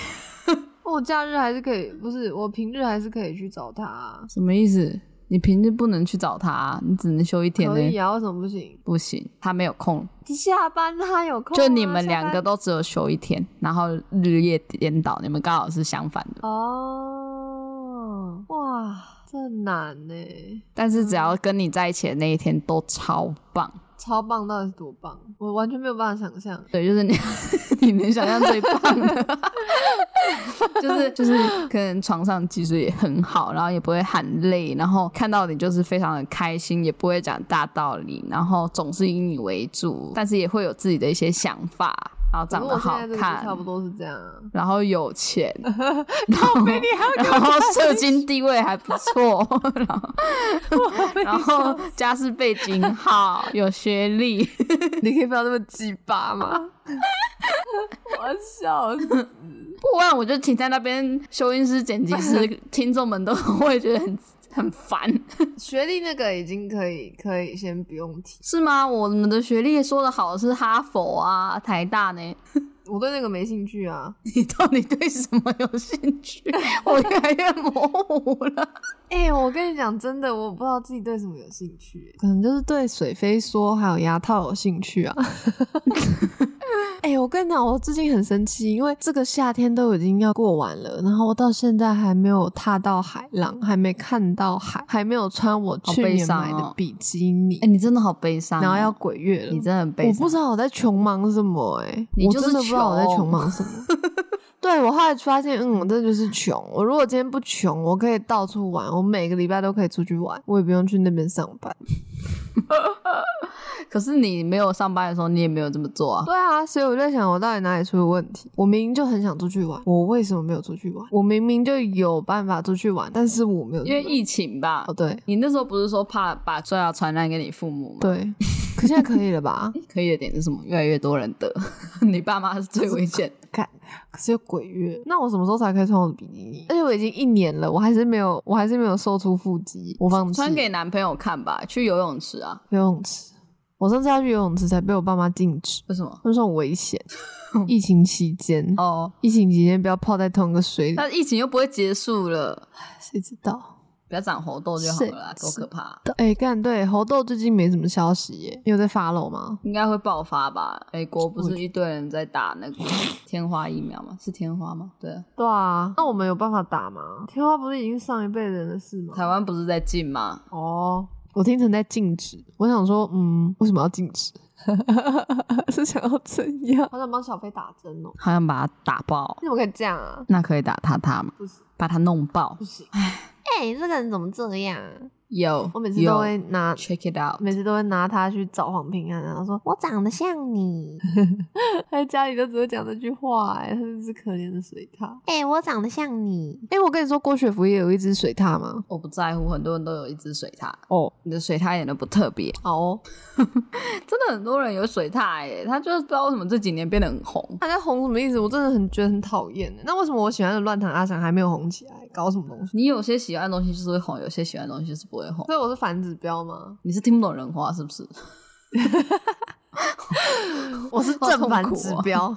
[SPEAKER 1] 我假日还是可以，不是我平日还是可以去找他、啊。
[SPEAKER 2] 什么意思？你平日不能去找他、你只能休一天
[SPEAKER 1] 可以
[SPEAKER 2] 呢？
[SPEAKER 1] 啊，为什么不行？
[SPEAKER 2] 不行，他没有空，
[SPEAKER 1] 下班他有空啊、
[SPEAKER 2] 就你们
[SPEAKER 1] 下
[SPEAKER 2] 两个
[SPEAKER 1] 班
[SPEAKER 2] 都只有休一天，然后日夜颠倒，你们刚好是相反的。
[SPEAKER 1] 哦，哇，这很难呢、
[SPEAKER 2] 但是
[SPEAKER 1] 嗯
[SPEAKER 2] 只要跟你在一起的那一天都超棒，
[SPEAKER 1] 超棒，到底是多棒？我完全没有办法想象。
[SPEAKER 2] 对，就是你 你能想象最棒的，就是就是可能床上技术也很好，然后也不会喊累，然后看到你就是非常的开心，也不会讲大道理，然后总是以你为主，但是也会有自己的一些想法，然后
[SPEAKER 1] 可
[SPEAKER 2] 长
[SPEAKER 1] 是
[SPEAKER 2] 得
[SPEAKER 1] 我现
[SPEAKER 2] 好
[SPEAKER 1] 在这个
[SPEAKER 2] 看
[SPEAKER 1] 就，差不多是这样 啊。
[SPEAKER 2] 然后有钱，然后然后社经地位还不错， 然后然后家世背景好，有学历，
[SPEAKER 1] 你可以不要那么鸡巴吗？ 我要笑死！
[SPEAKER 2] 不然我就请在那边修音师、剪辑 师，听众们都会觉得很很烦，
[SPEAKER 1] 学历那个已经可以，可以先不用提。
[SPEAKER 2] 是吗？我们的学历说的好是哈佛啊、台大呢，
[SPEAKER 1] 我对那个没兴趣啊。
[SPEAKER 2] 你到底对什么有兴趣？ 我越来越模糊了。
[SPEAKER 1] 哎、我跟你讲，真的，我不知道自己对什么有兴趣，可能就是对水飞梭还有牙套有兴趣啊。 哎、我跟你讲，我最近很生气，因为这个夏天都已经要过完了，然后我到现在还没有踏到海浪，还没看到海，还没有穿我
[SPEAKER 2] 好
[SPEAKER 1] 去
[SPEAKER 2] 悲
[SPEAKER 1] 年
[SPEAKER 2] 伤
[SPEAKER 1] 买的
[SPEAKER 2] 哦
[SPEAKER 1] 比基尼，
[SPEAKER 2] 哎、你真的好悲伤哦、
[SPEAKER 1] 然后要鬼月了，
[SPEAKER 2] 你真的很悲
[SPEAKER 1] 我
[SPEAKER 2] 伤。
[SPEAKER 1] 不知道我在穷忙什么哎、
[SPEAKER 2] 你
[SPEAKER 1] 我
[SPEAKER 2] 就
[SPEAKER 1] 真
[SPEAKER 2] 是
[SPEAKER 1] 的不知道我在
[SPEAKER 2] 穷
[SPEAKER 1] 穷忙 什么。对我后来发现，嗯，我真的就是穷。我如果今天不穷，我可以到处玩，我每个礼拜都可以出去玩，我也不用去那边上班。
[SPEAKER 2] 可是你没有上班的时候，你也没有这么做啊。
[SPEAKER 1] 对啊，所以我在想，我到底哪里出了问题？我明明就很想出去玩，我为什么没有出去玩？我明明就有办法出去玩，但是我没有出去
[SPEAKER 2] 因为
[SPEAKER 1] 玩。
[SPEAKER 2] 疫情吧
[SPEAKER 1] 哦，，对
[SPEAKER 2] 你那时候不是说怕把罪要传染给你父母吗？
[SPEAKER 1] 对，可现在可以了 吧？
[SPEAKER 2] 诶可以的点是什么？越来越多人得， 你爸妈是最危险。
[SPEAKER 1] 可是有鬼月，那我什么时候才可以穿我的比基尼？而且我已经一年了，我还是没有，我还是没有瘦出腹肌，我放弃。
[SPEAKER 2] 穿给男朋友看吧，去游泳池啊？
[SPEAKER 1] 游泳池，我上次要去游泳池才被我爸妈禁止，
[SPEAKER 2] 为什么？
[SPEAKER 1] 他们说很危 险。疫情期间，
[SPEAKER 2] 哦，
[SPEAKER 1] 疫情期间不要泡在同一个水里，
[SPEAKER 4] 哎
[SPEAKER 2] 那疫情又不会结束了，
[SPEAKER 1] 谁知道？
[SPEAKER 2] 不要长猴痘就好了啦，
[SPEAKER 1] 是
[SPEAKER 2] 多可怕啊、
[SPEAKER 1] 哎、干对，猴痘最近没什么消息耶，你有在发楼吗？
[SPEAKER 2] 应该会爆发吧？美国不是一堆人在打那个天花疫苗吗？是天花吗？对啊，
[SPEAKER 4] 对啊，
[SPEAKER 1] 那我们有办法打吗？
[SPEAKER 4] 天花不是已经上一辈人的事吗？
[SPEAKER 2] 台湾不是在禁吗？
[SPEAKER 4] 哦，
[SPEAKER 1] 我听成在禁止，我想说，嗯，为什么要禁止？ 是想要怎样？
[SPEAKER 4] 好想帮小飞打针哦。
[SPEAKER 2] 好想把它打爆，
[SPEAKER 1] 你怎么可以这样啊？
[SPEAKER 2] 那可以打他他吗？把他弄爆。
[SPEAKER 3] 哎、这个人怎么这样啊？
[SPEAKER 2] 有，
[SPEAKER 4] 我每次都会
[SPEAKER 2] 有
[SPEAKER 4] 拿，
[SPEAKER 2] check it out。
[SPEAKER 4] 每次都会拿它去找黄平安，然后说
[SPEAKER 3] 我长得像 你，
[SPEAKER 4] 他在家里都只会讲这句话、哎，他是只可怜的水獭。
[SPEAKER 3] 哎、我长得像你，
[SPEAKER 1] 哎、我跟你说，郭雪芙也有一只水獭吗？
[SPEAKER 2] 我不在乎，很多人都有一只水獭
[SPEAKER 1] 哦，
[SPEAKER 2] 你的水獭一点都不特别，
[SPEAKER 1] 好哦，
[SPEAKER 2] 真的很多人有水獭耶，他就是不知道为什么这几年变得很红。
[SPEAKER 1] 他在红什么意思？我真的很觉得很讨厌。那为什么我喜欢的乱弹阿翔还没有红起来？搞什么东西？
[SPEAKER 2] 你有些喜欢的东西就是会红，有些喜欢的东西就是不会红。
[SPEAKER 1] 所以我是反指标 吗？
[SPEAKER 2] 你是听不懂人话是不是？
[SPEAKER 1] 我是啊
[SPEAKER 2] 好
[SPEAKER 1] 正
[SPEAKER 2] 痛
[SPEAKER 1] 反
[SPEAKER 2] 苦
[SPEAKER 1] 指
[SPEAKER 2] 哦
[SPEAKER 1] 标。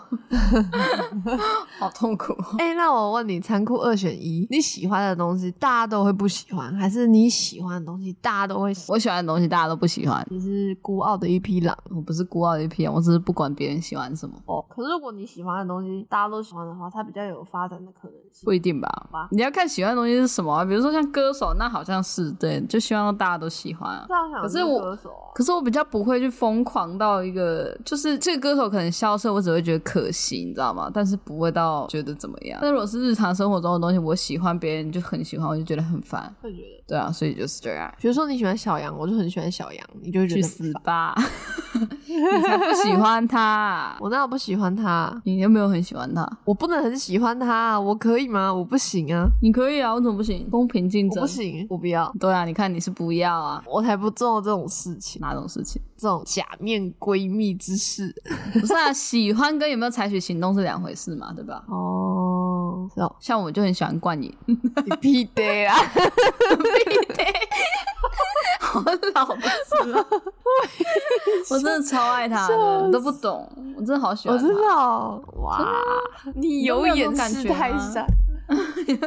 [SPEAKER 2] 好痛苦哦。
[SPEAKER 1] 哎、那我问你，残酷二选一，你喜欢的东西大家都会不喜欢，还是你喜欢的东西大家都会喜欢？
[SPEAKER 2] 我喜欢的东西大家都不喜欢，
[SPEAKER 1] 你是孤傲的一匹狼
[SPEAKER 2] 我不是孤傲的一批人，我只是不管别人喜欢什么，
[SPEAKER 4] 哦，可是如果你喜欢的东西大家都喜欢的话，它比较有发展的可能性。
[SPEAKER 2] 不一定吧？
[SPEAKER 4] 吧
[SPEAKER 2] 你要看喜欢的东西是什么、啊，比如说像歌手，那好像是对，就希望大家都喜欢、啊
[SPEAKER 4] 这。样想，
[SPEAKER 2] 可是我
[SPEAKER 4] 歌手啊，
[SPEAKER 2] 可是我比较不会去疯狂到一个，就是这个歌手可能消失，我只会觉得可惜，你知道吗？但是不会到觉得怎么样。但如果是日常生活中的东西，我喜欢别人就很喜欢，我就觉得很烦。
[SPEAKER 4] 会觉得
[SPEAKER 2] 对啊，所以就是这样。
[SPEAKER 1] 比如说你喜欢小羊，我就很喜欢小羊，你就会觉
[SPEAKER 2] 去
[SPEAKER 1] 得很
[SPEAKER 2] 死
[SPEAKER 1] 烦。
[SPEAKER 2] 吧！ 你才不喜欢他啊，
[SPEAKER 1] 我哪有不喜欢他？
[SPEAKER 2] 你有没有很喜欢他？
[SPEAKER 1] 我不能很喜欢他，我可以吗？我不行啊，
[SPEAKER 2] 你可以啊，我怎么不行？公平竞
[SPEAKER 1] 我
[SPEAKER 2] 争
[SPEAKER 1] 不。行，我不要，
[SPEAKER 2] 对啊，你看你是不要啊，
[SPEAKER 1] 我才不做这种事情，
[SPEAKER 2] 哪种事情？
[SPEAKER 1] 这种假面闺蜜之事。
[SPEAKER 2] 不是啊， 喜欢跟有没有采取行动是两回事嘛，对吧？
[SPEAKER 1] 哦，是哦，
[SPEAKER 2] 像我就很喜欢冠颖，
[SPEAKER 1] 你 屁的啦！
[SPEAKER 2] 好老的 词啊，我真的超爱他的，你都不懂，我真的好喜欢
[SPEAKER 1] 我
[SPEAKER 2] 他。
[SPEAKER 1] 知道，哇，
[SPEAKER 4] 啊
[SPEAKER 1] 你有眼识泰 山。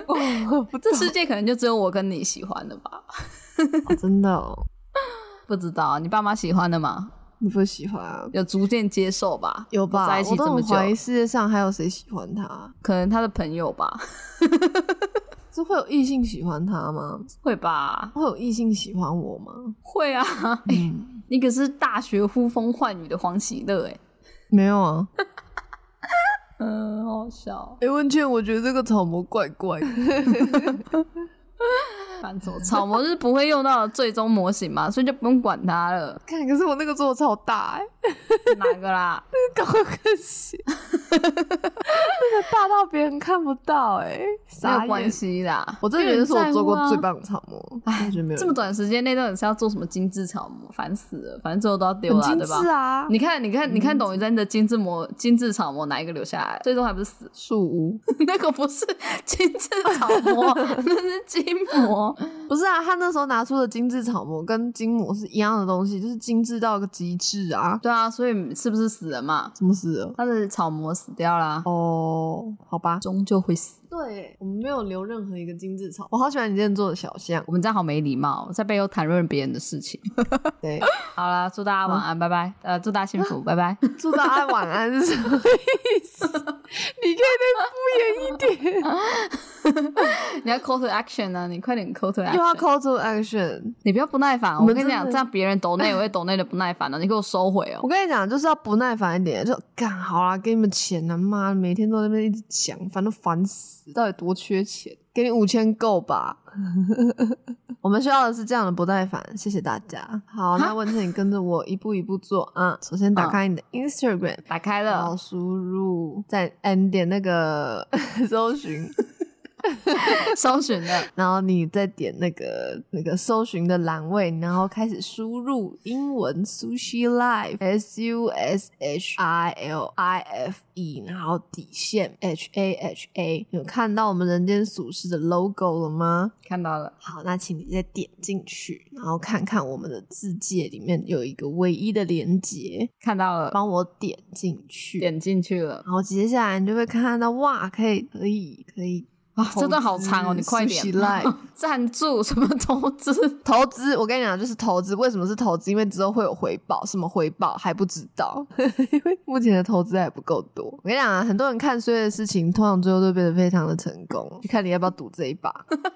[SPEAKER 1] 我不
[SPEAKER 2] 这
[SPEAKER 1] 懂
[SPEAKER 2] 世界可能就只有我跟你喜欢的吧？
[SPEAKER 1] 哦真的、哦，
[SPEAKER 2] 不知道啊，你爸妈喜欢的吗？
[SPEAKER 1] 你不喜欢啊？
[SPEAKER 2] 有逐渐接受吧？
[SPEAKER 1] 有吧？
[SPEAKER 2] 在一起
[SPEAKER 1] 我
[SPEAKER 2] 这
[SPEAKER 1] 都
[SPEAKER 2] 么
[SPEAKER 1] 很
[SPEAKER 2] 久，
[SPEAKER 1] 怀疑世界上还有谁喜欢他？啊
[SPEAKER 2] 可能他的朋友吧，
[SPEAKER 1] 是会有异性喜欢他吗？
[SPEAKER 2] 会吧？
[SPEAKER 1] 会有异性喜欢我吗？
[SPEAKER 2] 会啊，哎，
[SPEAKER 1] 嗯
[SPEAKER 2] 你可是大学呼风唤雨的黄喜乐哎，
[SPEAKER 1] 没有啊。呃
[SPEAKER 2] 嗯，好 笑，
[SPEAKER 1] 哎，问倩，我觉得这个草模怪怪的。。
[SPEAKER 2] 反手草模就是不会用到的最终模型嘛，所以就不用管它 了
[SPEAKER 1] 看，可是我那个做的超大哎、
[SPEAKER 2] 哪个啦？
[SPEAKER 1] 搞得更小， 那个大到别人看不到哎、
[SPEAKER 2] 没
[SPEAKER 1] 啥
[SPEAKER 2] 有关？系啦。
[SPEAKER 1] 我真的觉得是我做
[SPEAKER 2] 没有人在乎
[SPEAKER 1] 过
[SPEAKER 2] 啊
[SPEAKER 1] 最。棒的草模，哎，觉得没有
[SPEAKER 2] 这么短时间内到底是要做什么精致草模？烦死了，反正最后都要丢
[SPEAKER 1] 很
[SPEAKER 2] 啦，
[SPEAKER 1] 精
[SPEAKER 2] 对吧
[SPEAKER 1] 致？啊，
[SPEAKER 2] 你看，你看，你看，董宇臻的精致模、精致草模哪一个留下来？最终还不是死？
[SPEAKER 1] 树屋。
[SPEAKER 2] 那个不是精致草 模，那是筋膜。
[SPEAKER 1] 不是啊，他那时候拿出的精致草模跟筋膜是一样的东西，就是精致到个极致啊！
[SPEAKER 2] 对啊，所以是不是死人嘛？
[SPEAKER 1] 怎么死了？
[SPEAKER 2] 他的草模死掉啦，
[SPEAKER 1] 哦，好吧，
[SPEAKER 2] 终究会死。
[SPEAKER 1] 对我们没有留任何一个精致草，我好喜欢你之前做的小象
[SPEAKER 2] 我。们这样好没礼貌，在背后谈论别人的事情。
[SPEAKER 1] 对，
[SPEAKER 2] 好啦，祝大家晚
[SPEAKER 1] 嗯
[SPEAKER 2] 安，拜拜。呃，祝大家 幸福，拜拜。
[SPEAKER 1] 祝大 家晚安是什么意思？你可以再敷衍一点。
[SPEAKER 2] 你要 call to action 啊，你快点 call to
[SPEAKER 1] 又要
[SPEAKER 2] action，
[SPEAKER 1] call to action。
[SPEAKER 2] 你不要不耐烦哦。
[SPEAKER 1] 你
[SPEAKER 2] 我
[SPEAKER 1] 们
[SPEAKER 2] 跟你讲，
[SPEAKER 1] 真的
[SPEAKER 2] 这样别人抖内我会抖内的不耐烦的，你给我收回哦
[SPEAKER 1] 我。跟你讲，就是要不耐烦一点，就干好啦，给你们钱啊，妈，每天都在那边一直讲，烦都烦死，到底多缺钱？给你五千够吧？ 我们需要的是这样的不耐烦，谢谢大家。好，那问题你跟着我一步一步做啊。首先打开你的 Instagram，、
[SPEAKER 2] 打开
[SPEAKER 1] 然后
[SPEAKER 2] 了，
[SPEAKER 1] 输入，再嗯点那个 搜寻，
[SPEAKER 2] 搜寻了，
[SPEAKER 1] 然后你再点那个那个搜寻的栏位，然后开始输入英文 sushi life s u s h i l i f e，然后底线 h a h a。有看到我们人间俗世的 logo 了吗？
[SPEAKER 2] 看到了，
[SPEAKER 1] 好，那请你再点进去，然后看看我们的字界里面有一个唯一的连接，
[SPEAKER 2] 看到了，
[SPEAKER 1] 帮我点进去。
[SPEAKER 2] 点进去了。
[SPEAKER 1] 然后接下来你就会看到，哇，可以，可以，可以
[SPEAKER 2] 啊，这段好长哦，你快点 赞助什么投资？
[SPEAKER 1] 投资，我跟你讲，就是投资。为什么是投资？因为之后会有回报，什么回报还不知道， 因为目前的投资还不够多。我跟你讲啊，很多人看衰的事情，通常最后都变得非常的成功。就看你要不要赌这一 把。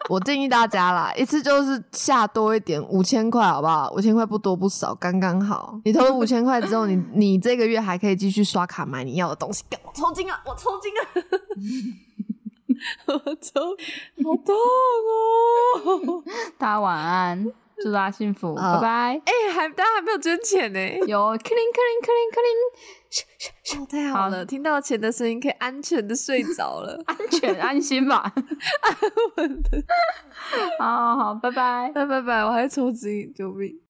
[SPEAKER 1] 我建议大家啦，一次就是下多一点，五千块好不好？五千块不多不少，刚刚好。你投了五千块之后， 你你这个月还可以继续刷卡买你要的东西。干 我抽筋了，我抽筋了，我抽，好痛哦！
[SPEAKER 2] 大家晚安，祝大家幸福，
[SPEAKER 1] 啊
[SPEAKER 2] 拜拜。
[SPEAKER 1] 哎、还大家还没有捐钱呢、
[SPEAKER 2] 有 cling cling cling cling，。
[SPEAKER 1] 哦，太好啊了，听到钱的声音可以安全的睡着了
[SPEAKER 2] 安全安心吧，安稳的。好好好，拜拜。
[SPEAKER 1] 拜拜拜，我还抽筋，救命！